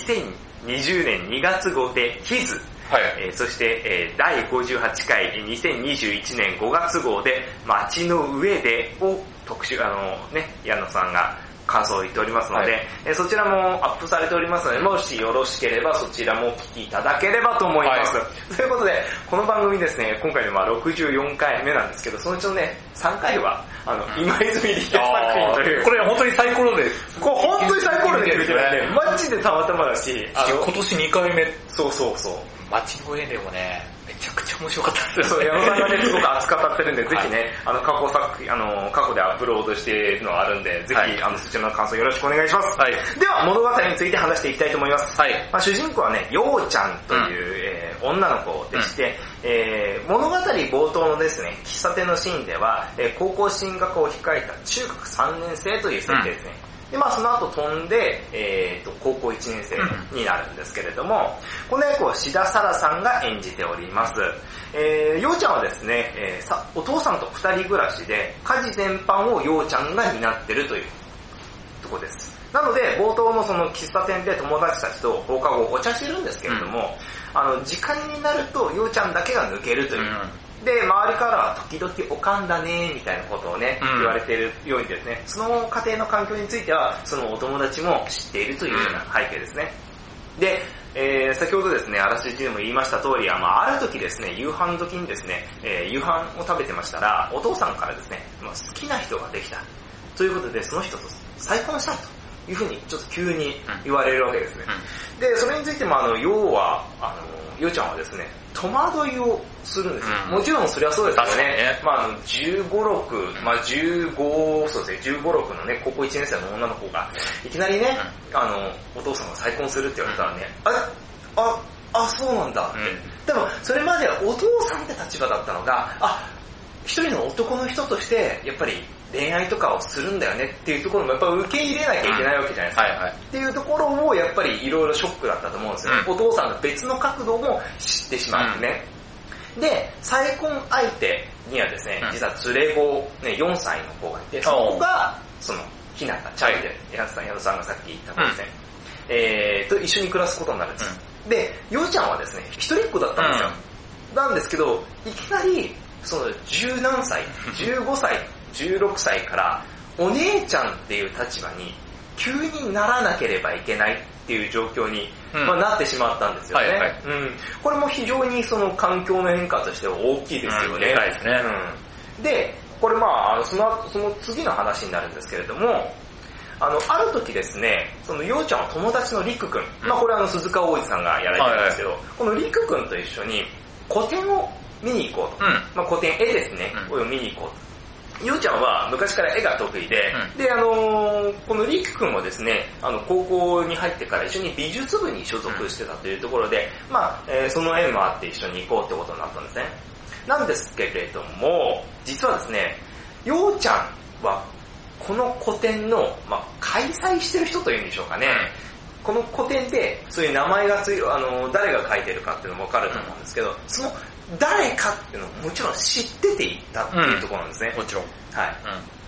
Speaker 2: 2020年2月号で、ヒズ
Speaker 1: はい。
Speaker 2: えーそして、えー第58回えー2021年5月号で「街の上で」を特集あのね矢野さんが感想を言っておりますので、
Speaker 1: はい
Speaker 2: えーそちらもアップされておりますので、もしよろしければそちらもお聞きいただければと思います。
Speaker 1: は
Speaker 2: ということで、この番組ですね、今回でまあ64回目なんですけど、そのうちのね、3回は、あの、今泉理恵作品という、
Speaker 1: これ本当にサイコロで、
Speaker 2: これ本当に最高のですよ
Speaker 1: いいです
Speaker 2: ね
Speaker 1: ね。
Speaker 2: マジでたまたまだし、あの
Speaker 1: 今年2回目。
Speaker 2: そうそうそう。
Speaker 1: 街の上でもね、めちゃくちゃ面白かったです
Speaker 2: そ
Speaker 1: よ
Speaker 2: う、
Speaker 1: ね。
Speaker 2: 矢野さんがね、すごく熱く語ってるんで、
Speaker 1: はい
Speaker 2: ぜひね、あの、過去作品、あの、過去でアップロードしているのあるんで、ぜひ、
Speaker 1: はい
Speaker 2: あの、そちらの感想よろしくお願いします。
Speaker 1: はい
Speaker 2: では、物語について話していきたいと思います。
Speaker 1: はい
Speaker 2: まあ、主人公はね、ようちゃんという、
Speaker 1: うん
Speaker 2: えー女の子でして、えー物語冒頭のですね、喫茶店のシーンでは、えー高校進学を控えた中学3年生という設定ですね。で、まあその後飛んで、えーと、高校1年生になるんですけれども、この役を志田沙羅さんが演じております。えー、ようちゃんはですね、えーさお父さんと二人暮らしで、家事全般をようちゃんが担ってるというとこです。なので、冒頭のその喫茶店で友達たちと放課後お茶してるんですけれども、あの、時間になると、ようちゃんだけが抜けるという。で、周りからは時々おかんだねみたいなことをね、
Speaker 1: うん
Speaker 2: 言われているようにですね、その家庭の環境については、そのお友達も知っているというような背景ですね。で、えー先ほどですね、あらすじでも言いました通り、あまあある時ですね、夕飯時にですね、えー夕飯を食べてましたら、お父さんからですね、まあ好きな人ができた。ということで、その人と再婚したいというふうに、ちょっと急に言われるわけですね。で、それについても、あの、要は、あの、ようちゃんはですね、戸惑いをするんですよ。
Speaker 1: うん
Speaker 2: もちろんそれはそうですよ
Speaker 1: 確かに
Speaker 2: ね
Speaker 1: ね。
Speaker 2: まああの、15、6、まあ15、そうですね、15、6のね、高校1年生の女の子が、いきなりね、あの、お父さんが再婚するって言われたらね、あ、あ、あ、そうなんだって。でも、それまではお父さんって立場だったのが、あ、一人の男の人として、やっぱり恋愛とかをするんだよねっていうところもやっぱ受け入れなきゃいけないわけじゃないですか。
Speaker 1: はいはい。
Speaker 2: っていうところもやっぱりいろいろショックだったと思うんですよ、ね
Speaker 1: うん
Speaker 2: お父さんの別の角度も知ってしまってね。で、再婚相手にはですね、
Speaker 1: うん
Speaker 2: 実は連れ子、ね、4歳の子がいて、そこが、その、ひなた、チャイルで、矢野さん、矢野さんがさっき言った子ですね、えーと一緒に暮らすことになるんです。で、ようちゃんはですね、一人っ子だったんですよ。なんですけど、いきなり、その、十何歳、15歳、16歳から、お姉ちゃんっていう立場に、急にならなければいけないっていう状況に、
Speaker 1: うん
Speaker 2: まあ、なってしまったんですよね、
Speaker 1: はいはい
Speaker 2: うん。これも非常にその環境の変化としては大きいですよね。
Speaker 1: でかいですね。
Speaker 2: うんで、これまああのその後、その次の話になるんですけれども、あの、ある時ですね、その、ようちゃんは友達のりくくん、
Speaker 1: うん
Speaker 2: まあこれはあの、鈴鹿王子さんがやられてるんですけど、このりくくんと一緒に、古典を見に行こうと。
Speaker 1: うん。
Speaker 2: まあ古典、絵ですね、
Speaker 1: う
Speaker 2: を見に行こうと。ようちゃんは昔から絵が得意で、で、あのーこのりくくんもですね、あの、高校に入ってから一緒に美術部に所属してたというところで、まあ、えーその縁もあって一緒に行こうってことになったんですね。なんですけれども、実はですね、ようちゃんは、この個展の、まあ、開催してる人というんでしょうかね。この個展で、そういう名前がついあの、誰が書いてるかっていうのもわかると思うんですけど、その、誰かっていうのをもちろん知ってていったっていうところなんですね。
Speaker 1: もちろん。
Speaker 2: は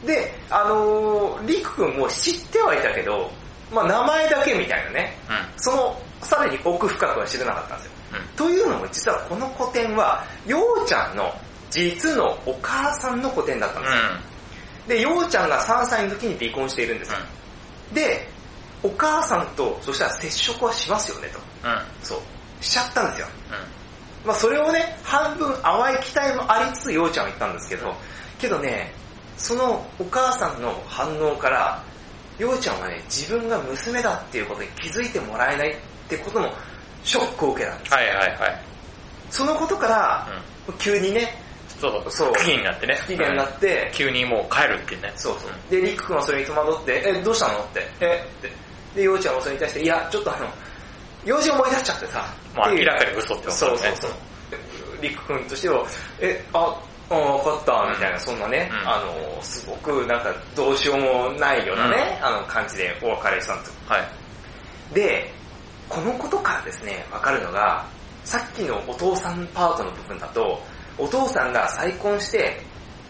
Speaker 2: い。で、あのー、りくくんも知ってはいたけど、まあ名前だけみたいなね、その、さらに奥深くは知らなかったんですよ。というのも実はこの古典は、ようちゃんの実のお母さんの古典だったんですよ。で、ようちゃんが3歳の時に離婚しているんですよ。で、お母さんと、そしたら接触はしますよねと。そう。しちゃったんですよ。まあそれをね、半分淡い期待もありつつ、ようちゃんは言ったんですけど、けどね、そのお母さんの反応から、ようちゃんはね、自分が娘だっていうことに気づいてもらえないってことも、ショックを受けたんです。
Speaker 1: はいはいはい。
Speaker 2: そのことから、急にね、
Speaker 1: そうそう。
Speaker 2: そう
Speaker 1: 不機嫌になってね。
Speaker 2: 不機嫌にな
Speaker 1: て。
Speaker 2: って、
Speaker 1: 急にもう帰るってね。
Speaker 2: そうそう。で、りっくんはそれに戸惑って、え、どうしたのって、えって。で、ようちゃんもそれに対して、いや、ちょっとあの、用事思い出しちゃってさ。
Speaker 1: もう
Speaker 2: ってい
Speaker 1: 明らかに嘘って
Speaker 2: そうそうそう。りくくんとしては、え、あ、あわかった、みたいな、そんなね、
Speaker 1: うん
Speaker 2: あの、すごくなんかどうしようもないようなね、あの感じでお別れしたんですよ。
Speaker 1: はい。
Speaker 2: で、このことからですね、わかるのが、さっきのお父さんパートの部分だと、お父さんが再婚して、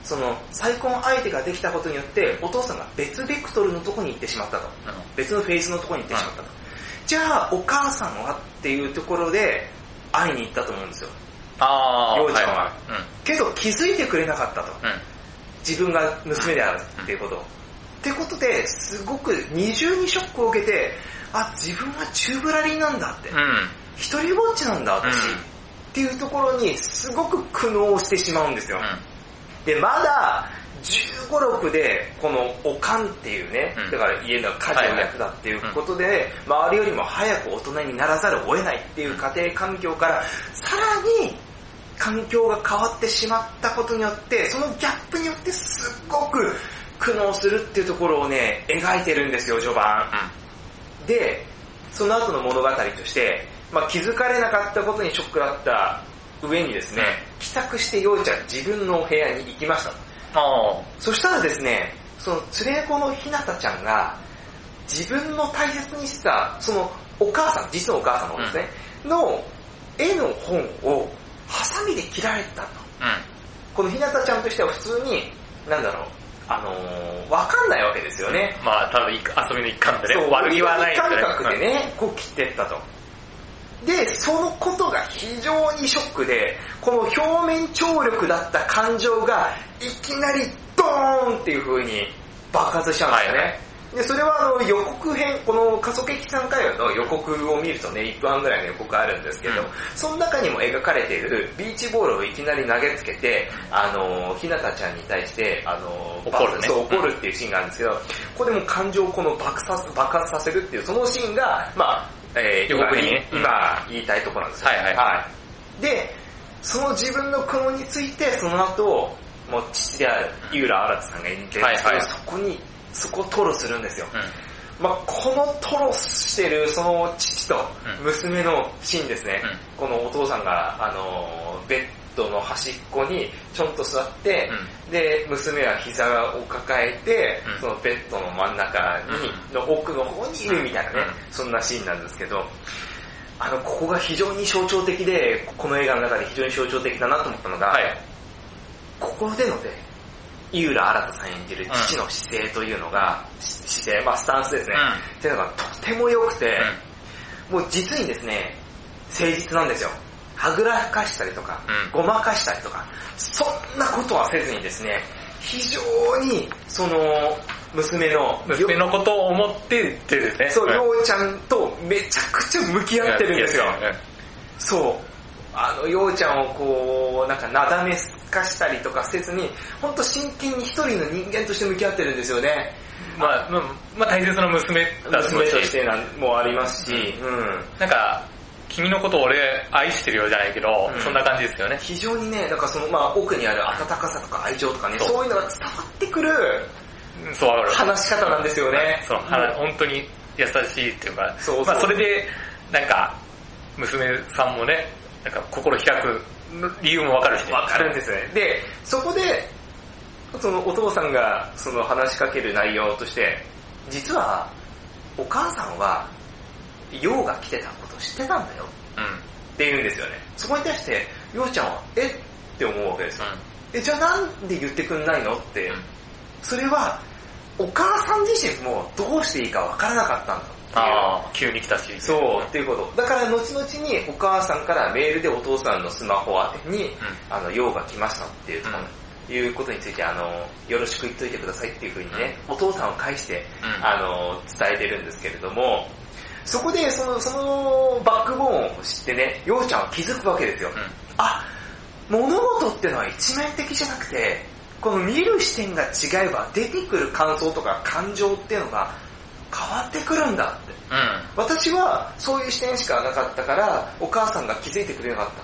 Speaker 2: その再婚相手ができたことによって、お父さんが別ベクトルのとこに行ってしまったと。別のフェイスのところに行ってしまったと。じゃあ、お母さんはっていうところで、会いに行ったと思うんですよ。
Speaker 1: ああ。
Speaker 2: ようちゃんは
Speaker 1: は
Speaker 2: けど気づいてくれなかったと。
Speaker 1: い。うん。うん。
Speaker 2: 自分が娘であるっていうことを。っってことで、すごく二重にショックを受けて、あ、自分はチューブラリーなんだって、
Speaker 1: うん。
Speaker 2: 一人ぼっちなんだ
Speaker 1: う
Speaker 2: 私、
Speaker 1: ん
Speaker 2: っていうところにすごく苦悩してしまうんですよ。で、まだ、15、6で、この、おかんっていうね
Speaker 1: うん、
Speaker 2: だから家の家事の役だっていうことで、周りよりも早く大人にならざるを得ないっていう家庭環境から、さらに、環境が変わってしまったことによって、そのギャップによってすっごく苦悩するっていうところをね、描いてるんですよ、序盤。で、その後の物語として、まあ、気づかれなかったことにショックだった上にですね、帰宅して陽ちゃん自分のお部屋に行きました。
Speaker 1: ああ。
Speaker 2: そしたらですね、その連れ子のひなたちゃんが、自分の大切にしてた、そのお母さん、実のお母さんの方ですね、の絵の本をハサミで切られたと。
Speaker 1: う
Speaker 2: このひなたちゃんとしては普通に、なんだろう、あのー、わかんないわけですよね。
Speaker 1: ん。まあ、多分いか遊びの一環で
Speaker 2: そ
Speaker 1: ね。
Speaker 2: う
Speaker 1: 悪気はない
Speaker 2: 感覚で。ね、こう切ってったと。で、そのことが非常にショックで、この表面張力だった感情が、いきなりドーンっていう風に爆発しちゃうんですよね。
Speaker 1: はいはい
Speaker 2: で、それはあの予告編、この仮想劇さん会話の予告を見るとね、1分半ぐらいの予告あるんですけど、
Speaker 1: うん
Speaker 2: その中にも描かれているビーチボールをいきなり投げつけて、あの、ひなたちゃんに対して、あの、
Speaker 1: 怒るね
Speaker 2: そう、怒るっていうシーンがあるんですけど、ここでも感情をこの爆発爆発させるっていう、そのシーンが、まあ、えー、
Speaker 1: 予
Speaker 2: 今
Speaker 1: 告にね
Speaker 2: 今言いたいところなんですよ。
Speaker 1: はいはい
Speaker 2: で、その自分の苦悩について、その後、もう父である井浦新さんが演じてるんですけど、
Speaker 1: はいはい
Speaker 2: そこに、そこを討論するんですよ。
Speaker 1: うん。
Speaker 2: まあ、このトロスしてるその父と
Speaker 1: うん
Speaker 2: 娘のシーンですね、このお父さんがあのベッドの端っこにちょんと座って、で娘は膝を抱えて、
Speaker 1: うん
Speaker 2: そのベッドの真ん中に、の奥の方にいるみたいなね、
Speaker 1: う
Speaker 2: そんなシーンなんですけどあのここが非常に象徴的でこの映画の中で非常に象徴的だなと思ったのが、
Speaker 1: はい。
Speaker 2: ここでので、井浦新さん演じる父の姿勢というのが、し姿勢、まあスタンスですね。っていうのがとても良くて、もう実にですね、誠実なんですよ。はぐらかしたりとか、
Speaker 1: うん
Speaker 2: ごまかしたりとか、そんなことはせずにですね、非常に、その、娘の、
Speaker 1: 娘のことを思ってっていうね。
Speaker 2: そう、りょうちゃんとめちゃくちゃ向き合ってるんですよ。そう。あの、ようちゃんをこう、なんか、なだめすかしたりとかせずに、ほんと真剣に一人の人間として向き合ってるんですよね。
Speaker 1: まあ、まあ、まあ大切な娘だと思う
Speaker 2: 娘としてなんもありますし、うん。
Speaker 1: なんか、君のこと俺愛してるよじゃないけど、
Speaker 2: うん
Speaker 1: そんな感じですよね。
Speaker 2: 非常にね、なんかその、まあ奥にある温かさとか愛情とかね、
Speaker 1: そう
Speaker 2: そういうのが伝わってくる
Speaker 1: そう、わかる。
Speaker 2: 話し方なんですよね。
Speaker 1: そう、は本当に優しいっていうか、
Speaker 2: そうそう
Speaker 1: まあそれで、なんか、娘さんもね、なんか心開く理由もわかるしね。
Speaker 2: わかるんですね。で、そこで、そのお父さんがその話しかける内容として、実は、お母さんは、陽が来てたこと知ってたんだよ
Speaker 1: うん。うん。
Speaker 2: って言うんですよね。そこに対して、陽ちゃんは、えって思うわけですよ。え、じゃあなんで言ってくんないのって、それは、お母さん自身もどうしていいかわからなかったんだっていう。
Speaker 1: ああ、急に来たし。
Speaker 2: そう、っていうこと。だから、後々にお母さんからメールでお父さんのスマホ宛てに、あの、用が来ましたっていうところ、いうことについて、あの、よろしく言っといてくださいっていうふうにね、お父さんを介して、
Speaker 1: うん。うん。
Speaker 2: あの、伝えてるんですけれども、そこで、その、その、バックボーンを知ってね、ようちゃんは気づくわけですよ。
Speaker 1: う
Speaker 2: あ、物事ってのは一面的じゃなくて、この見る視点が違えば出てくる感想とか感情っていうのが変わってくるんだって。
Speaker 1: ん。
Speaker 2: 私はそういう視点しかなかったから、お母さんが気づいてくれなかったっ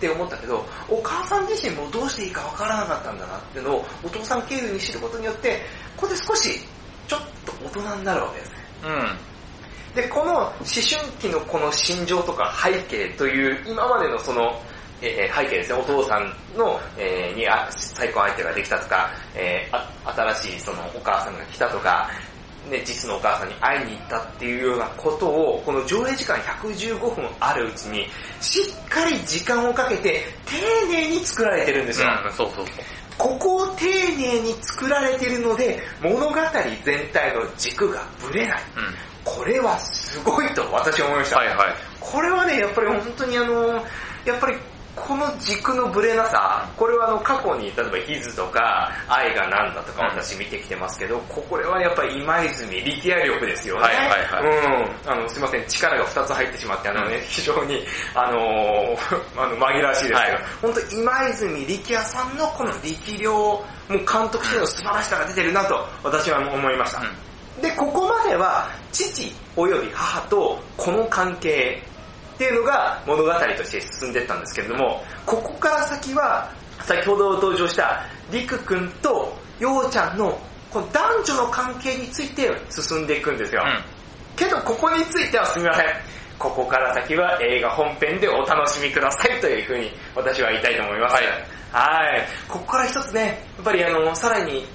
Speaker 2: て思ったけど、お母さん自身もどうしていいかわからなかったんだなっていうのをお父さん経由に知ることによって、ここで少しちょっと大人になるわけですね。
Speaker 1: うん。うん。
Speaker 2: で、この思春期のこの心情とか背景という、今までのその、えー背景ですね、お父さんの、えーにあ再婚相手ができたとか、えーあ新しいそのお母さんが来たとか、ね、実のお母さんに会いに行ったっていうようなことを、この上映時間115分あるうちに、しっかり時間をかけて、丁寧に作られてるんですよ。
Speaker 1: うん、そうそうそう。
Speaker 2: ここを丁寧に作られてるので、物語全体の軸がぶれない。
Speaker 1: うん。
Speaker 2: これはすごいと私は思いました。
Speaker 1: はいはい。
Speaker 2: これはね、やっぱり本当にあの、やっぱりこの軸のブレなさ、これはあの過去に例えばヒズとか愛がなんだとか
Speaker 1: うん
Speaker 2: 私見てきてますけど、ここれはやっぱり今泉力也力ですよね。
Speaker 1: はいはい
Speaker 2: うん。あの、すいません、力が2つ入ってしまって、あのね、非常に、あの ーあの紛らわしいですけど、
Speaker 1: はい
Speaker 2: 本当今泉力也さんのこの力量、もう監督としての素晴らしさが出てるなと私は思いました。で、ここまでは父及び母とこの関係っていうのが物語として進んでったんですけれども、ここから先は先ほど登場したりくくんとようちゃんのこの男女の関係について進んでいくんですよ。けどここについてはすみません。ここから先は映画本編でお楽しみくださいというふうに私は言いたいと思います。
Speaker 1: はい
Speaker 2: はい。ここから一つね、やっぱりあの、さらに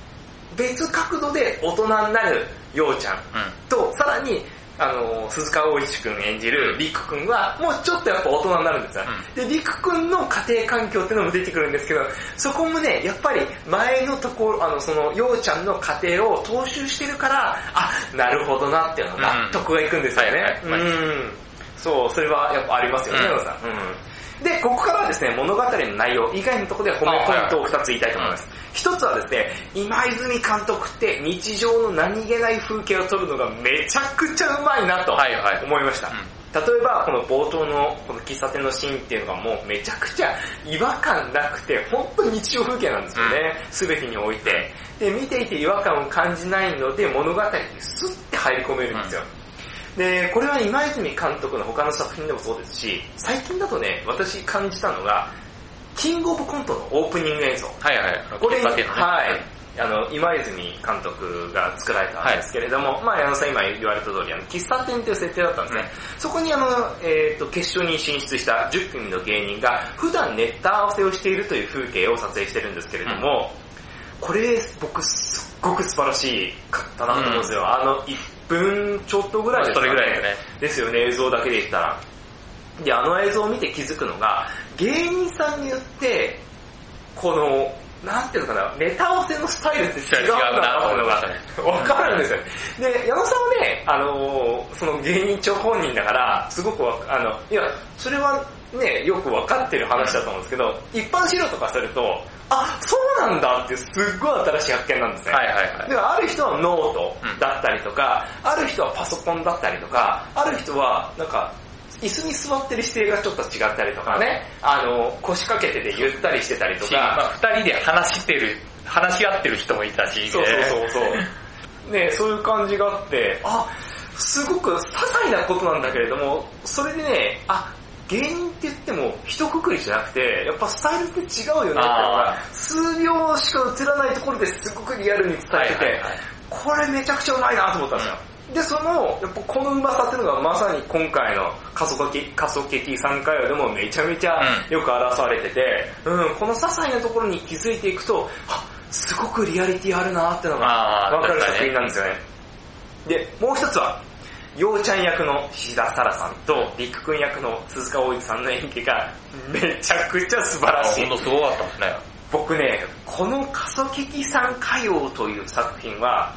Speaker 2: 別角度で大人になるようちゃん
Speaker 1: うん。
Speaker 2: と、さらに、あの、鈴鹿央士くん演じるりくくんは、もうちょっとやっぱ大人になるんですよ。で、りくくんの家庭環境っていうのも出てくるんですけど、そこもね、やっぱり前のところ、あの、その、ようちゃんの家庭を踏襲してるから、あ、なるほどなっていうの納得がいくんですよね。
Speaker 1: うんはいはい
Speaker 2: うん。そう、それはやっぱありますよね、
Speaker 1: うん
Speaker 2: 野田さん。うん。で、ここからはですね、物語の内容以外のところで褒めポイントを2つ言いたいと思います。1つはですね、今泉監督って日常の何気ない風景を撮るのがめちゃくちゃうまいなと
Speaker 1: はいはい
Speaker 2: 思いました。例えば、この冒頭のこの喫茶店のシーンっていうのがもうめちゃくちゃ違和感なくて、本当に日常風景なんですよね。すべてにおいて。で、見ていて違和感を感じないので、物語にスッて入り込めるんですよ。で、これは今泉監督の他の作品でもそうですし、最近だとね、私感じたのが、キングオブコントのオープニング映像。
Speaker 1: はいはい。
Speaker 2: これ、
Speaker 1: だけのね。
Speaker 2: はい。あの、今泉監督が作られたんですけれども、まあ、矢野さん今言われた通り、あの、喫茶店という設定だったんですね。そこにあの、えっ、と、決勝に進出した10組の芸人が、普段ネタ合わせをしているという風景を撮影してるんですけれども、これ、僕、すっごく素晴らしかったなと思うんですよ。あの、1分ちょっとぐらいです
Speaker 1: そ
Speaker 2: か
Speaker 1: れぐらいだよね。
Speaker 2: ですよね、映像だけで言ったら。で、あの映像を見て気づくのが、芸人さんによって、この、なんていうのかな、ネタ合わせのスタイルって違うんだなってのがわかるんですよ。で、矢野さんはね、あのーその芸人長本人だから、すごくわあの、いや、それはね、よくわかってる話だと思うんですけど、一般素人からすると、あ、そうなんだってすっごい新しい発見なんですね。
Speaker 1: はいはいはい。
Speaker 2: でもある人はノートだったりとか、ある人はパソコンだったりとか、ある人はなんか、椅子に座ってる姿勢がちょっと違ったりとかね、あの、腰掛けててゆったりしてたりと
Speaker 1: しま
Speaker 2: か、
Speaker 1: あ、二人で話してる、話し合ってる人もいたし、
Speaker 2: そうそうそうそう。ね、そういう感じがあって、あ、すごく些細なことなんだけれども、それでね、あ、芸人って言っても一括りじゃなくて、やっぱスタイルって違うよねっていうのが
Speaker 1: あ、
Speaker 2: 数秒しか映らないところですごくリアルに伝
Speaker 1: は
Speaker 2: え
Speaker 1: い
Speaker 2: て
Speaker 1: は
Speaker 2: て、
Speaker 1: いはい。
Speaker 2: これめちゃくちゃうまいなと思ったんですよ。で、その、やっぱこのうまさっていうのがまさに今回の仮想劇、仮想劇3回でもめちゃめちゃ
Speaker 1: う
Speaker 2: よく表されてて、うん、この些細なところに気づいていくと、あすごくリアリティあるなってのが
Speaker 1: あー
Speaker 2: わかる作品なんですよね。で、もう一つは、ようちゃん役の志田沙羅さんと、りくくん役の鈴鹿大一さんの演技がめちゃくちゃ素晴ら
Speaker 1: あ、
Speaker 2: しい
Speaker 1: ほん。とすごかったですね。
Speaker 2: 僕ね、この過疎劇さん歌謡という作品は、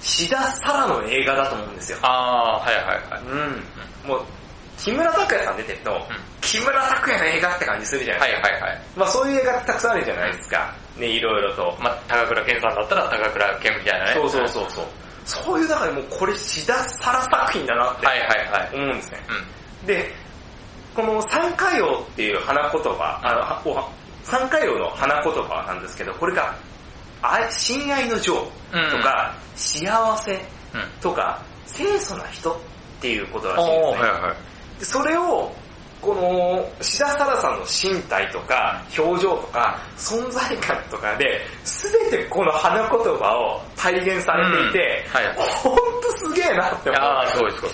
Speaker 2: 志田沙羅の映画だと思うんですよ。
Speaker 1: あー、はいはいはい。
Speaker 2: うん。もう、木村拓哉さん出てると、木村拓哉の映画って感じするじゃない
Speaker 1: は
Speaker 2: で
Speaker 1: い
Speaker 2: すか。
Speaker 1: はいはい。
Speaker 2: まあそういう映画ってたくさんあるじゃないですか。ね、いろいろと。
Speaker 1: まあ、高倉健さんだったら高倉健みたいなね。
Speaker 2: そうそうそうそう。そういう中でもうこれ志田沙羅作品だなって
Speaker 1: はいはいはい。
Speaker 2: 思うんですね。
Speaker 1: うん。
Speaker 2: で、この三回王っていう花言葉、あのはおは、三回王の花言葉なんですけど、これが、愛親愛の情とか、幸せ
Speaker 1: うん。
Speaker 2: とか、清楚な人っていうことらしいんですね。
Speaker 1: おー、はいはい。
Speaker 2: でそれを、この、志田沙羅さんの身体とか、表情とか、存在感とかで、すべてこの花言葉を体現されていて、
Speaker 1: うんはい
Speaker 2: ほんとすげえなって思う。
Speaker 1: あー、すごいすごい。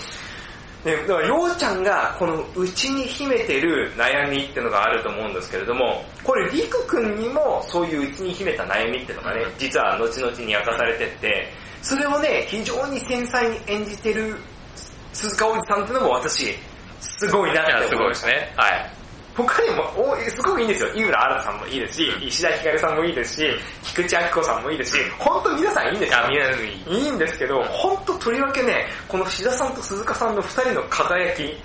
Speaker 2: ね、だから、ようちゃんが、この、うちに秘めてる悩みってのがあると思うんですけれども、これ、りくくんにも、そういううちに秘めた悩みってのがね
Speaker 1: うん、
Speaker 2: 実は後々に明かされてって、それをね、非常に繊細に演じてる、鈴鹿おじさんってのも私、すごいなっ
Speaker 1: い
Speaker 2: て思
Speaker 1: や、
Speaker 2: う
Speaker 1: すごいですね。はい。
Speaker 2: 他にもお、すごくいいんですよ。井村新さんもいいですし、石田ひかりさんもいいですし、菊池亜希子さんもいいですし、本当皆さんいいんですよ
Speaker 1: あ、。みんなのいい。
Speaker 2: いいんですけど、本当とりわけね、この志田さんと鈴鹿さんの二人の輝き、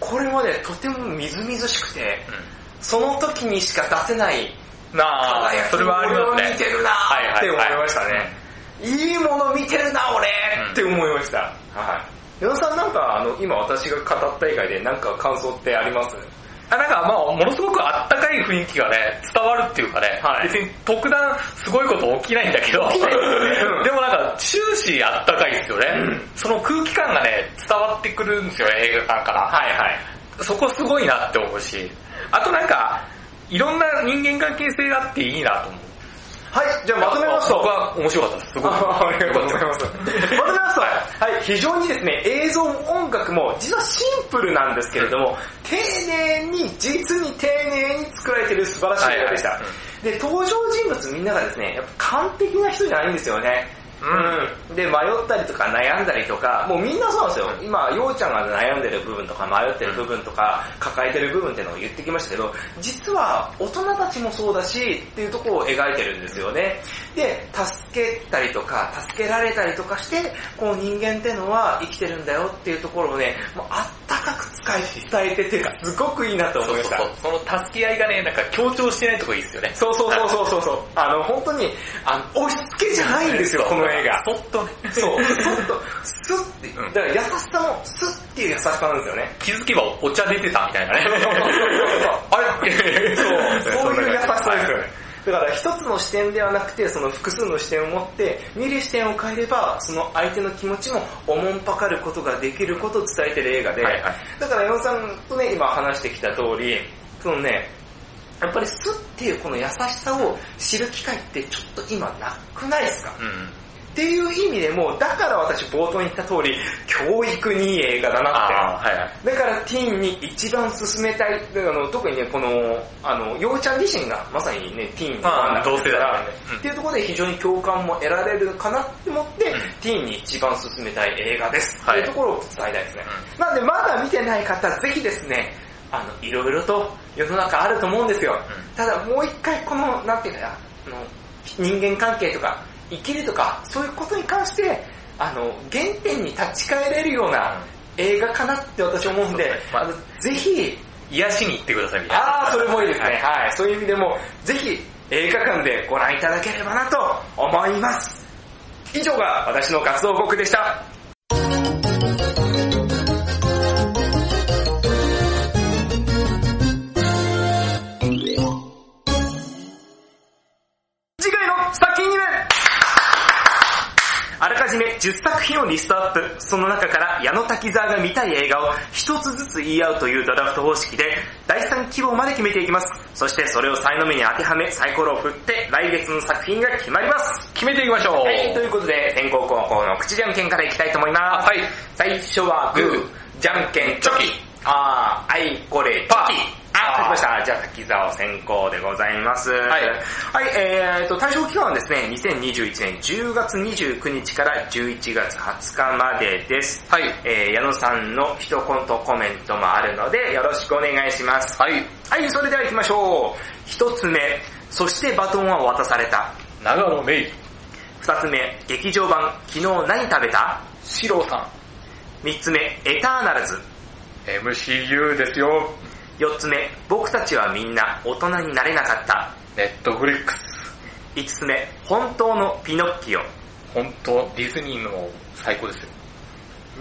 Speaker 2: これはね、とてもみずみずしくて、
Speaker 1: うん。
Speaker 2: その時にしか出せない
Speaker 1: なあ
Speaker 2: 輝、き
Speaker 1: それはあります
Speaker 2: 俺を
Speaker 1: ね
Speaker 2: 見て。るな
Speaker 1: はい
Speaker 2: ーっ
Speaker 1: は
Speaker 2: て
Speaker 1: い
Speaker 2: 思
Speaker 1: はい
Speaker 2: いましたね。いいもの見てるな俺
Speaker 1: うん
Speaker 2: って思いました。はい。矢野さんなんかあの、今私が語った以外でなんか感想ってあります
Speaker 1: あなんかまあ、ものすごくあったかい雰囲気がね、伝わるっていうかね、
Speaker 2: はい
Speaker 1: 別に特段すごいこと起きないんだけど、
Speaker 2: 起き ないですねうん
Speaker 1: でもなんか終始あったかいですよね、
Speaker 2: うん
Speaker 1: その空気感がね、伝わってくるんですよ、映画館から。
Speaker 2: はいはい。
Speaker 1: そこすごいなって思うし、あとなんか、いろんな人間関係性があっていいなと思う。
Speaker 2: はい、じゃあまとめますと。
Speaker 1: 僕は面白かったです。すごい。
Speaker 2: あありがとうござい
Speaker 1: よかっ
Speaker 2: ます。まとめますと、はい、非常にですね、映像も音楽も実はシンプルなんですけれども、丁寧に、実に丁寧に作られている素晴らしい映画でした。
Speaker 1: はいはい
Speaker 2: で、登場人物みんながですね、やっぱ完璧な人じゃないんですよね。うん。で、迷ったりとか悩んだりとか、もうみんなそうなんですよ。今、ようちゃんが悩んでる部分とか迷ってる部分とか、抱えてる部分っていうのを言ってきましたけど、実は大人たちもそうだし、っていうところを描いてるんですよね。で、助けたりとか、助けられたりとかして、こう人間ってのは生きてるんだよっていうところをね、もうあったかく使い伝えてて、すごくいいなと思いました。
Speaker 1: そうそうその助け合いがね、なんか強調してないとこいいですよね。
Speaker 2: そうそうそうそうそうそう。あの、本当に、あの、押し付けじゃないんですよ、この映画。
Speaker 1: そっとね。
Speaker 2: そう、そっと、スッて、だから優しさも、スッっていう優しさなんですよね。
Speaker 1: 気づけばお茶出てたみたいなね。あれ
Speaker 2: そう、そういう優しさですよ
Speaker 1: ね。
Speaker 2: ね。だから一つの視点ではなくて、その複数の視点を持って、見る視点を変えれば、その相手の気持ちもおもんぱかることができることを伝えてる映画で、
Speaker 1: はいはい
Speaker 2: だから山本さんとね、今話してきた通り、そのね、やっぱりスッっていうこの優しさを知る機会ってちょっと今なくないですか
Speaker 1: うん。
Speaker 2: っていう意味でも、だから私冒頭に言った通り、教育にいい映画だなって。
Speaker 1: ああ、はいはい。
Speaker 2: だからティーンに一番勧めたい、あの特にね、この、あの、ようちゃん自身がまさにね、ティーンのファンなんです
Speaker 1: ああ同世代だねうん
Speaker 2: っていうところで非常に共感も得られるかなって思って、ティーンに一番勧めたい映画です。
Speaker 1: はい
Speaker 2: っていうところを伝えたいですね。なんでまだ見てない方、ぜひですね、あの、いろいろと世の中あると思うんですよ。
Speaker 1: ん
Speaker 2: ただもう一回この、なんていうかな、あの、人間関係とか、生きるとか、そういうことに関して、あの、原点に立ち返れるような映画かなって私思うんで、
Speaker 1: まあ
Speaker 2: あのぜひ、
Speaker 1: 癒しに行ってくださいみたいな。
Speaker 2: ああ、それもいいですね。はい。そういう意味でも、ぜひ映画館でご覧いただければなと思います。以上が私の活動報告でした。次回の作品2名あらかじめ10作品をリストアップ、その中から矢野滝沢が見たい映画を一つずつ言い合うというドラフト方式で、第3希望まで決めていきます。そしてそれを才の目に当てはめ、サイコロを振って来月の作品が決まります。
Speaker 1: 決めていきましょう。
Speaker 2: はい、ということで、先行後攻の口じゃんけんからいきたいと思います。
Speaker 1: はい。
Speaker 2: 最初はグー、じゃんけんチョキ、あー、あいこれ、
Speaker 1: パー
Speaker 2: あー、書きました。じゃあ、滝沢先行でございます。はいはい、えーと、対象期間はですね、2021年10月29日から11月20日までです。
Speaker 1: はい。
Speaker 2: えー、矢野さんの一コントコメントもあるので、よろしくお願いします。
Speaker 1: はい。
Speaker 2: はい、それでは行きましょう。一つ目、そしてバトンは渡された。
Speaker 1: 長野めい。
Speaker 2: 二つ目、劇場版、昨日何食べた
Speaker 1: シロさん。
Speaker 2: 三つ目、エターナルズ。
Speaker 1: MCU ですよ。
Speaker 2: 四つ目、僕たちはみんな大人になれなかった。
Speaker 1: ネットフリックス。
Speaker 2: 五つ目、本当のピノッキオ。
Speaker 1: 本当ディズニーの最高ですよ。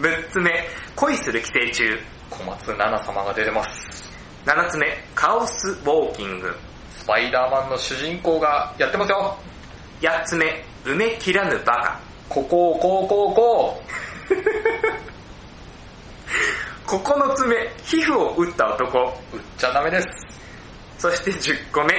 Speaker 2: 六つ目、恋する寄生虫。
Speaker 1: 小松菜奈様が出てます。
Speaker 2: 七つ目、カオスウォーキング。
Speaker 1: スパイダーマンの主人公がやってますよ。
Speaker 2: 八つ目、埋め切らぬバカ。
Speaker 1: ここをこうこうこ
Speaker 2: 九つ目、皮膚を打った男。
Speaker 1: う。売っちゃダメです。
Speaker 2: そして十個目、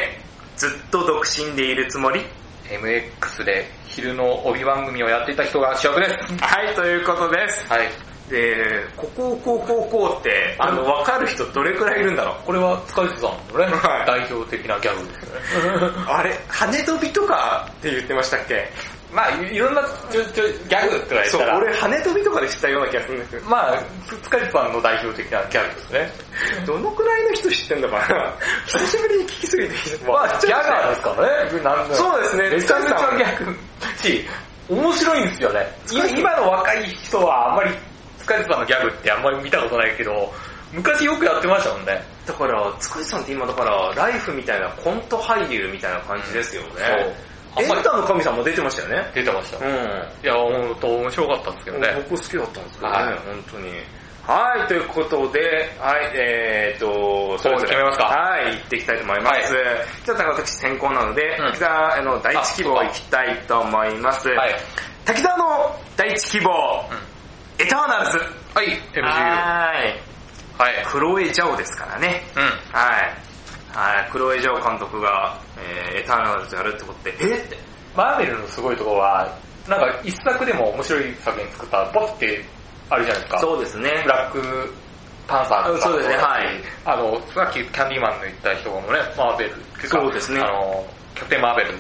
Speaker 2: ずっと独身でいるつもり。
Speaker 1: MX で昼の帯番組をやっていた人が主役です。
Speaker 2: はい、ということです。
Speaker 1: はい。
Speaker 2: で、ここをこうこうこうって、あの、わかる人どれくらいいるんだろう。
Speaker 1: これは塚地さんのね、
Speaker 2: はい
Speaker 1: 代表的なギャグですね。
Speaker 2: あれ、羽飛びとかって言ってましたっけ
Speaker 1: まあいいろんなちょちょギャグって言われ
Speaker 2: そう、
Speaker 1: たら、
Speaker 2: 俺羽飛びとかでしたような気がするんですけど、
Speaker 1: まあ塚地さんの代表的なギャグですね。
Speaker 2: どのくらいの人知ってんだか な久しぶりに聞きすぎてきた。
Speaker 1: まあギャガー
Speaker 2: ー
Speaker 1: ですからね。なんだ
Speaker 2: そうですね
Speaker 1: めちゃめち
Speaker 2: 塚地さ
Speaker 1: ゃ
Speaker 2: ん
Speaker 1: ギャグ。し、面白いんですよね。
Speaker 2: 塚地さん
Speaker 1: 今の若い人はあんまり塚地さんのギャグってあんまり見たことないけど、昔よくやってましたもんね。
Speaker 2: だから、つくしさんって今だから、ライフみたいなコント俳優みたいな感じですよね。
Speaker 1: そう
Speaker 2: エンタの神様出てましたよね。
Speaker 1: 出てました。
Speaker 2: う
Speaker 1: い
Speaker 2: ん。
Speaker 1: や、本当面白かったんですけどね。
Speaker 2: 僕好きだったんですけどね、
Speaker 1: はい
Speaker 2: 本当に。はい、ということで、はい、えーっと、それぞれ
Speaker 1: 決めますか
Speaker 2: はい、行っていきたいと思います。じゃあ、私先行なので、
Speaker 1: うん
Speaker 2: 滝沢の第一希望
Speaker 1: あ
Speaker 2: 行きたいと思います。
Speaker 1: はい。
Speaker 2: 滝沢の第一希望、エターナルズ。
Speaker 1: はい、MCU。は
Speaker 2: はい。
Speaker 1: い。
Speaker 2: クロエ・ジャオですからね。
Speaker 1: うん。
Speaker 2: はい。はい、クロエ・ジャオ監督が、えー、エターナルズやるってことで、えって。
Speaker 1: マーベルのすごいところは、なんか一作でも面白い作品作ったら、ポッてあるじゃないですか。
Speaker 2: そうですね。
Speaker 1: ブラックパンサーとか
Speaker 2: うんそうですねはい
Speaker 1: あの、さっきキャンディーマンの言った人もね、マーベルっていか
Speaker 2: そうですね
Speaker 1: あの、キャプテンマーベルなん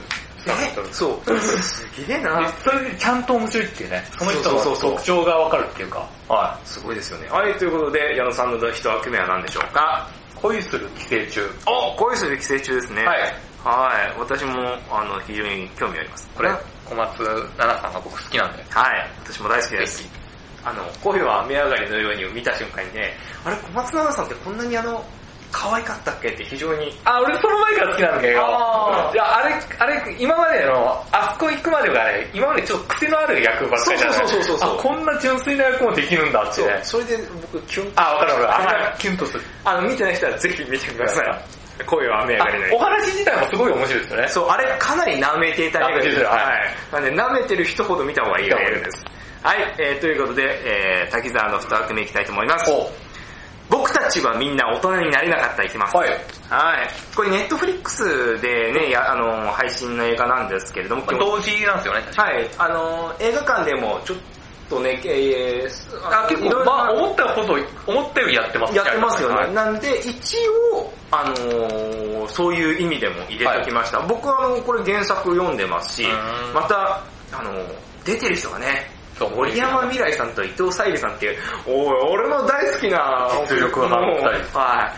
Speaker 1: か人
Speaker 2: えそう。すげえな。
Speaker 1: それでちゃんと面白いっていうね、その人の
Speaker 2: そうそうそうそう
Speaker 1: 特徴がわかるっていうか、は
Speaker 2: すごいですよね。はい、ということで、矢野さんの一枠目は何でしょうか
Speaker 1: い。恋する寄生虫。
Speaker 2: お恋する寄生虫ですね。
Speaker 1: はい。
Speaker 2: はい。私も、あの、非常に興味あります。
Speaker 1: これ
Speaker 2: はい。、
Speaker 1: 小松菜奈さんが僕好きなんで。
Speaker 2: 私も大好きです
Speaker 1: ぜ。
Speaker 2: あの、恋は雨上がりのようにを見た瞬間にね、あれ、小松菜奈さんってこんなにあの、可愛かったっけって非常に、
Speaker 1: あ、俺その前から好きなんだよ。
Speaker 2: あー
Speaker 1: いや、あれ、あれ、今までの、あそこ行くまでがね、今までちょっと癖のある役ばっかりじゃない
Speaker 2: そうそうそうそうそう
Speaker 1: あ、こんな純粋な役もできるんだってね。
Speaker 2: それで僕、キュン
Speaker 1: あ、わかるわかる。
Speaker 2: はい
Speaker 1: あれキュンとする。
Speaker 2: あの、見てない人はぜひ見てください。恋は雨上がりのように
Speaker 1: お。話自体もすごい面白いですよね。
Speaker 2: そう、あれかなり舐めていた映画です。
Speaker 1: 舐めてるはい
Speaker 2: なんで、舐めてる人ほど見た方がいい映画です。はい、えー、ということで、えー、滝沢の二枠目いきたいと思います。僕たちはみんな大人になれなかったいきます。
Speaker 1: はい。
Speaker 2: はい。これネットフリックスでね、やあのー配信の映画なんですけれども、
Speaker 1: まあ同時なんですよね。
Speaker 2: はい、あのー映画館でもちょっとね、えー、
Speaker 1: あ結
Speaker 2: いろ
Speaker 1: 構、
Speaker 2: いろ
Speaker 1: まあ、思ったほど、思ったよりやってます
Speaker 2: やってますよね。
Speaker 1: はい
Speaker 2: なんで、一応、あのーそういう意味でも入れておきました。僕はあの、これ原作読んでますし
Speaker 1: うー、ん
Speaker 2: また、あのー出てる人がね、
Speaker 1: そう、
Speaker 2: 森山未来さんと伊藤沙莉さんっていう、おい、俺の大好きな
Speaker 1: 実力派の二人
Speaker 2: もうはい。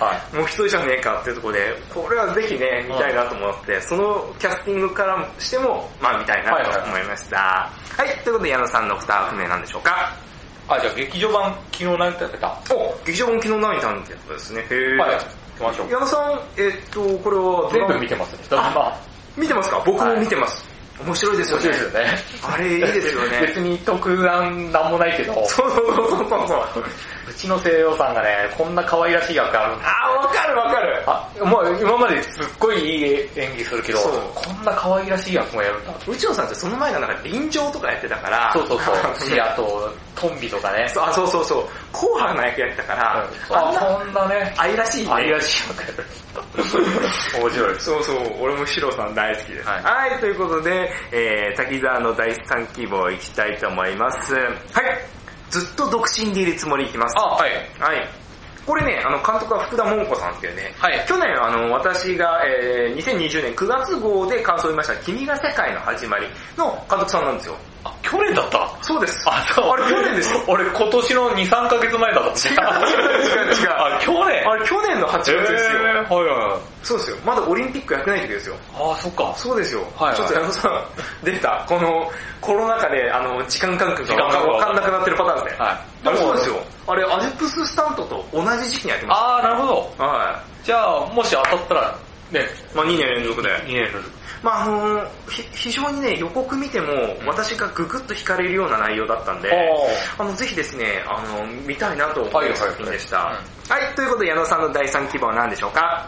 Speaker 1: は
Speaker 2: もう一人じゃねえかっていうところで、これはぜひね、見たいなと思って、そのキャスティングからしても、まあ見たいなと思いました。はい、ということで矢野さんの二枠目なんでしょうか。
Speaker 1: あ、じゃあ劇場版、昨日何やってたは
Speaker 2: お、劇場本気の何たんってやつですね。へ
Speaker 1: い。
Speaker 2: ー
Speaker 1: 行きましょう。
Speaker 2: 矢野さん、えっと、これは
Speaker 1: 全部見てますね。だからまあ、
Speaker 2: 見てますか僕も見てます。面白いですよ
Speaker 1: 面
Speaker 2: ね。
Speaker 1: 白いですよね。
Speaker 2: あれ、いいですよね。
Speaker 1: 別に特段なんもないけど、
Speaker 2: そうそうそうそうそう。
Speaker 1: うちの西洋さんがね、こんな可愛らしい役あるんだ
Speaker 2: あー、わかるわかる。
Speaker 1: あ、もう今まですっごいいい演技するけど
Speaker 2: そう、
Speaker 1: こんな可愛らしい役もやるんだ。
Speaker 2: 宇宙さんってその前がなんか臨場とかやってたから。
Speaker 1: そうそうそう。し、
Speaker 2: や
Speaker 1: あと、トンビとかね。
Speaker 2: そうあ、そうそうそう。紅白の役やってたから、あんな
Speaker 1: あ、そんなね、
Speaker 2: 愛らしいね。
Speaker 1: 愛らしい役やる。面白いです。
Speaker 2: そうそう、俺もシロさん大好きです。は、
Speaker 1: はいい
Speaker 2: ということで、えー、滝沢の第三希望いきたいと思います。はい。ずっと独身でいるつもりいきます。
Speaker 1: あ、はい。
Speaker 2: はい。これね、あの、監督は福田桃子さんっていうね、
Speaker 1: はい
Speaker 2: 去年、あの、私が、えー、2020年9月号で感想を言いました、君が世界の始まりの監督さんなんですよ。
Speaker 1: あ、去年だった
Speaker 2: そうです。
Speaker 1: あ、そう。
Speaker 2: あれ去年ですよ。
Speaker 1: 俺今年の2、3ヶ月前だった。
Speaker 2: 違う違う違う
Speaker 1: あ、去年
Speaker 2: あれ、去年の8月ですよ。
Speaker 1: えーはいはいはい。
Speaker 2: そうですよ。まだオリンピックやってない時ですよ。
Speaker 1: あー、そっか。
Speaker 2: そうですよ。
Speaker 1: はいはい
Speaker 2: ちょっと矢野さん、出た。この、コロナ禍で、あの、時間感覚がわか
Speaker 1: 時間感覚
Speaker 2: わかんなくなってるパターンですね。
Speaker 1: はい。
Speaker 2: でもそうですよ。あれ、アルプススタントと同じ時期にやってま
Speaker 1: あー、なるほど。
Speaker 2: す。は
Speaker 1: じゃあ、もし当たったら、ね、
Speaker 2: い。まあ2年連続で。
Speaker 1: 2年ルール。
Speaker 2: まああのひ非常にね、予告見ても、私がぐぐっと惹かれるような内容だったんで、あの、ぜひですね、あの、見たいなと思う作品でした。
Speaker 1: はい
Speaker 2: は、
Speaker 1: はい
Speaker 2: ということで矢野さんの第3希望は何でしょうか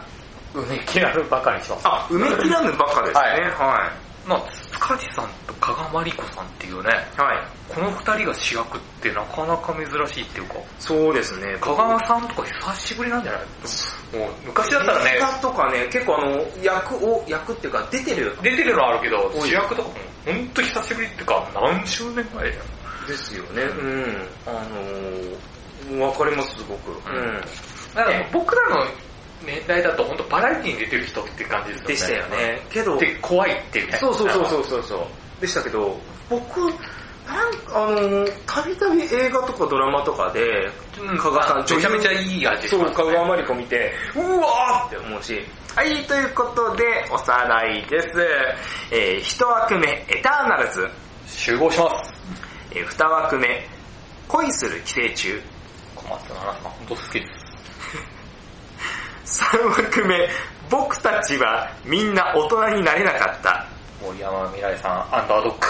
Speaker 1: おー。うめきなるばかりします。
Speaker 2: あ、埋め切らぬばっかですね。
Speaker 1: はい
Speaker 2: は
Speaker 1: まあ、塚地さんと加賀まりこさんっていうね、
Speaker 2: い。はい。
Speaker 1: この二人が主役ってなかなか珍しいっていうか、
Speaker 2: そうですね。
Speaker 1: 加賀さんとか久しぶりなんじゃないもう昔だったらね
Speaker 2: 映、画とかね、結構あの、役を、役っていうか出てる
Speaker 1: 出てるのはあるけど、
Speaker 2: 多い
Speaker 1: 主役とかもほんと久しぶりっていうか、何十年前だよ。
Speaker 2: ですよね。うん。あのー、わかります、すごく。うん。
Speaker 1: だから僕らの年代だとほんとバラエティに出てる人って感じですよね。
Speaker 2: でしたよ。ね。けど、
Speaker 1: で、怖いっていうね。
Speaker 2: そうそうそうそうそうそう。でしたけど、僕、なんか、あのー、たびたび映画とかドラマとかで、
Speaker 1: うん。
Speaker 2: 加賀さん
Speaker 1: めちゃめちゃいい味し
Speaker 2: そ
Speaker 1: ま
Speaker 2: う、
Speaker 1: す
Speaker 2: 香川まりこ見て、うわーって思うし。はい、ということで、おさらいです。えー、一枠目、エターナルズ。
Speaker 1: 集合します。
Speaker 2: えー、二枠目、恋する寄生虫。
Speaker 1: 小松菜奈さん、ほんと好きです。
Speaker 2: 3枠目僕たちはみんな大人になれなかった
Speaker 1: 森山未来さん、アンダードック。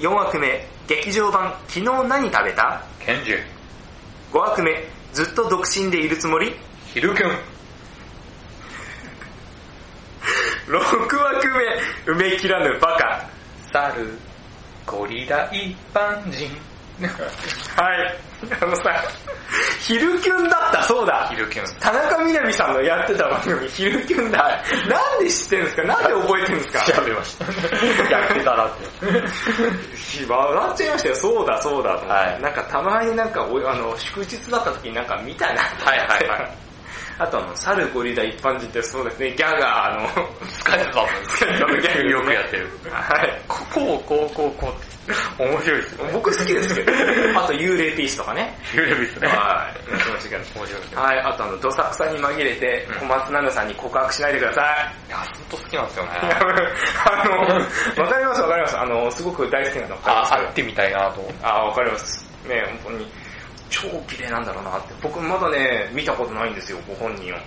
Speaker 2: 4枠目劇場版「昨日何食べた?
Speaker 1: ケンジ、」
Speaker 2: 5枠目ずっと独身でいるつもり
Speaker 1: ヒルキュン。
Speaker 2: 6枠目埋め切らぬバカ
Speaker 1: 猿、ゴリラ一般人。
Speaker 2: はいあのさ「ヒルキュン」だったそうだ
Speaker 1: ヒルキュン。
Speaker 2: 田中みな実さんのやってた番組「ヒルキュンだ」なんで知ってるんですかなんで覚えてるんですか
Speaker 1: 調べま した。やってたなって。
Speaker 2: 笑っちゃいましたよ、そうだそうだと思って、
Speaker 1: はい
Speaker 2: なんかたまになんかおあの祝日だった時になんか見たなと思って
Speaker 1: はいはいはい
Speaker 2: あとあの、猿ゴリラ一般人ってそうですね、ギャガーの、
Speaker 1: 疲れてたもん。
Speaker 2: 疲れてたもん逆に
Speaker 1: よくやってる。
Speaker 2: はい。
Speaker 1: ここをこうこうこうって。面白いですね。
Speaker 2: 僕好 きですけど、あと幽霊ピースとかね。
Speaker 1: ヒルビスね。
Speaker 2: はい。やってましたけど
Speaker 1: 面白いですね。
Speaker 2: はい、あとあの、どさくさに紛れて
Speaker 1: うん、
Speaker 2: 小松菜奈さんに告白しないでください。
Speaker 1: いや、本当好きなんですよね。
Speaker 2: あの、わかりますわかります。あの、すごく大好きなのわかりま
Speaker 1: あ、
Speaker 2: すけど
Speaker 1: 会ってみたいなと思って。
Speaker 2: ああ、わかります。ね本当に。超綺麗なんだろうなって。僕まだね、見たことないんですよ、ご本人を。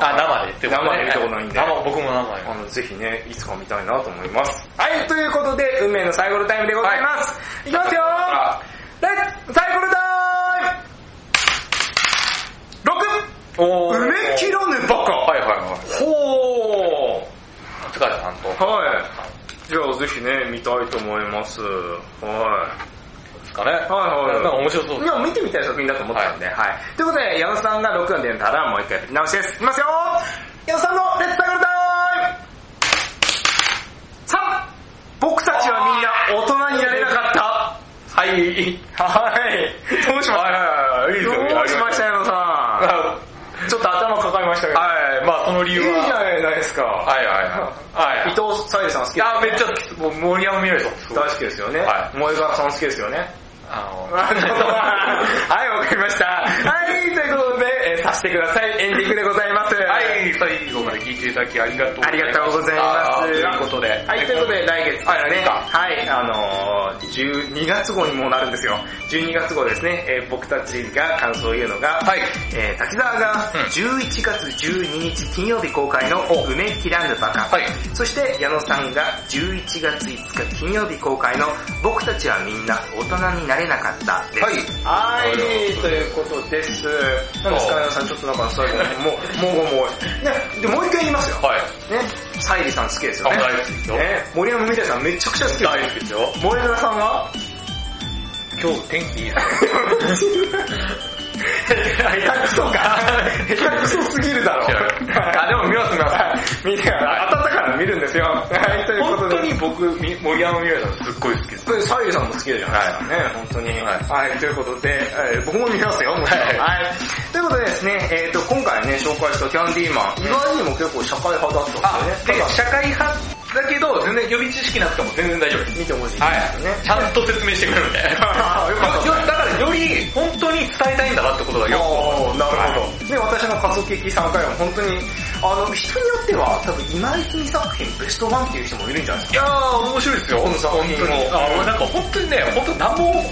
Speaker 1: あ、生でってこと
Speaker 2: 生で見たことないんで。
Speaker 1: 生、僕も生で。
Speaker 2: あの、ぜひね、いつか見たいなと思います。はい、ということで、運命のサイコロタイムでございます。い、きますよ
Speaker 1: あ
Speaker 2: ーレッツサイコロタイム !6! 埋め切らぬバカ
Speaker 1: はいはいはい。
Speaker 2: ほー
Speaker 1: 疲れた、担当。
Speaker 2: はい。じゃあぜひね、見たいと思います。はい。
Speaker 1: ですかね。はい
Speaker 2: はいはい
Speaker 1: なんか面白そう
Speaker 2: いや、見てみたい作品だと思ったんで、はい。ということで、矢野さんが6話出たらもう一回振り直しです。いきますよ矢野さんのレッツタイルタイム !3! 僕たちはみんな大人になれなかった
Speaker 1: はい。
Speaker 2: はい。どうしまし
Speaker 1: はいはいはい。いいですよ。
Speaker 2: たどうしました矢野さ
Speaker 1: は
Speaker 2: ん。 ちょっと頭抱えましたけど。
Speaker 1: い。まあその理
Speaker 2: いい
Speaker 1: 由
Speaker 2: じ
Speaker 1: は。
Speaker 2: ゃないですか。
Speaker 1: はいはいはい。はい。
Speaker 2: 伊藤沙莉さん好き
Speaker 1: いや、めっちゃ好きです。もう森山未来さんすごい
Speaker 2: 大好きですよね。
Speaker 1: は
Speaker 2: 萌え川さん好きですよね。 はい、
Speaker 1: あ
Speaker 2: わかりました。 はい、ということで、えー、さしてください。エンディングでございます。
Speaker 1: の、はい、最後まで聞いていただきありがとうござ
Speaker 2: あ
Speaker 1: いま
Speaker 2: り
Speaker 1: す。
Speaker 2: がとうございます。
Speaker 1: ということで。
Speaker 2: はい、ということで、来月からね、
Speaker 1: は
Speaker 2: はい、あのー、12月号にもうなるんですよ。12月号ですね、えー僕たちが感想を言うのが、
Speaker 1: はい。
Speaker 2: えー滝沢が
Speaker 1: うん
Speaker 2: 11月12日金曜日公開の
Speaker 1: お
Speaker 2: 梅切らぬバカ、
Speaker 1: はい
Speaker 2: そして矢野さんが11月5日金曜日公開の僕たちはみんな大人になれなかったです。
Speaker 1: はい
Speaker 2: はい、ということです。なんですか、矢野さん、ちょっとなんか最後、もう、もう、もう、ね、で、もう一回言いますよ。
Speaker 1: はい。
Speaker 2: ね、沙莉さん好きですよね。
Speaker 1: あ大好きですよ
Speaker 2: ね、森山みたいさんめちゃくちゃ好きですよ。
Speaker 1: 大好きですよ。
Speaker 2: 森山さんは
Speaker 1: 今日天気いいですね。
Speaker 2: 下手くそか。下手くそすぎるだろ。
Speaker 1: あ、でも見ます見ま
Speaker 2: 見て、暖かな見るんですよ。はい、
Speaker 1: す。
Speaker 2: というこ
Speaker 1: 本
Speaker 2: とで。
Speaker 1: 当に僕、み森山未来さんすっごい好きです。
Speaker 2: これサイリさんも好きじゃないですかね、本当に、はい。ということで、えー僕も見ますよ、もちろん。
Speaker 1: はい
Speaker 2: はい。ということでですね、えっ、と、今回ね、紹介したキャンディーマン、意外にも結構社会派だったんですよ
Speaker 1: で
Speaker 2: ね。、
Speaker 1: 社会派だけど、全然予備知識なくても全然大丈夫です。
Speaker 2: 見てほしいですよね。
Speaker 1: ちゃんと説明してくれるんで。よ
Speaker 2: あーよかった
Speaker 1: だからより本当に伝えたいんだなってことがよく
Speaker 2: おーなるほど。で、私の仮想劇3回も本当に、あの、人によっては、多分今泉作品ベストワンっていう人もいるんじゃないです
Speaker 1: いやー、面白いですよ。
Speaker 2: この作品も
Speaker 1: 本当にあ俺なんか本当にね、本当何も、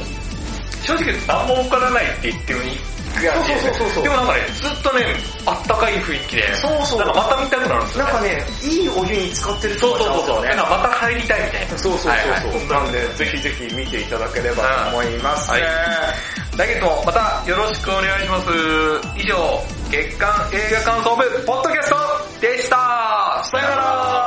Speaker 1: 正直言うと何も分からないって言ってもいい。
Speaker 2: そうそうそうそう
Speaker 1: でもなんかね、ずっとね、あったかい雰囲気で、
Speaker 2: そうそう
Speaker 1: なんかまた見たくなるんです
Speaker 2: か。
Speaker 1: よ、
Speaker 2: な
Speaker 1: ね
Speaker 2: ん。かね、いいお湯に使ってる
Speaker 1: そうそうそうそう、
Speaker 2: ね
Speaker 1: なん。かまた入りたいみたいな。
Speaker 2: そうそうそうそう、
Speaker 1: はいはい
Speaker 2: なんで、ぜひぜひ見ていただければと思います。
Speaker 1: はい
Speaker 2: え
Speaker 1: 来月もまたよろしくお願いします。以上、月刊映画感想部、ポッドキャストでしたさよなら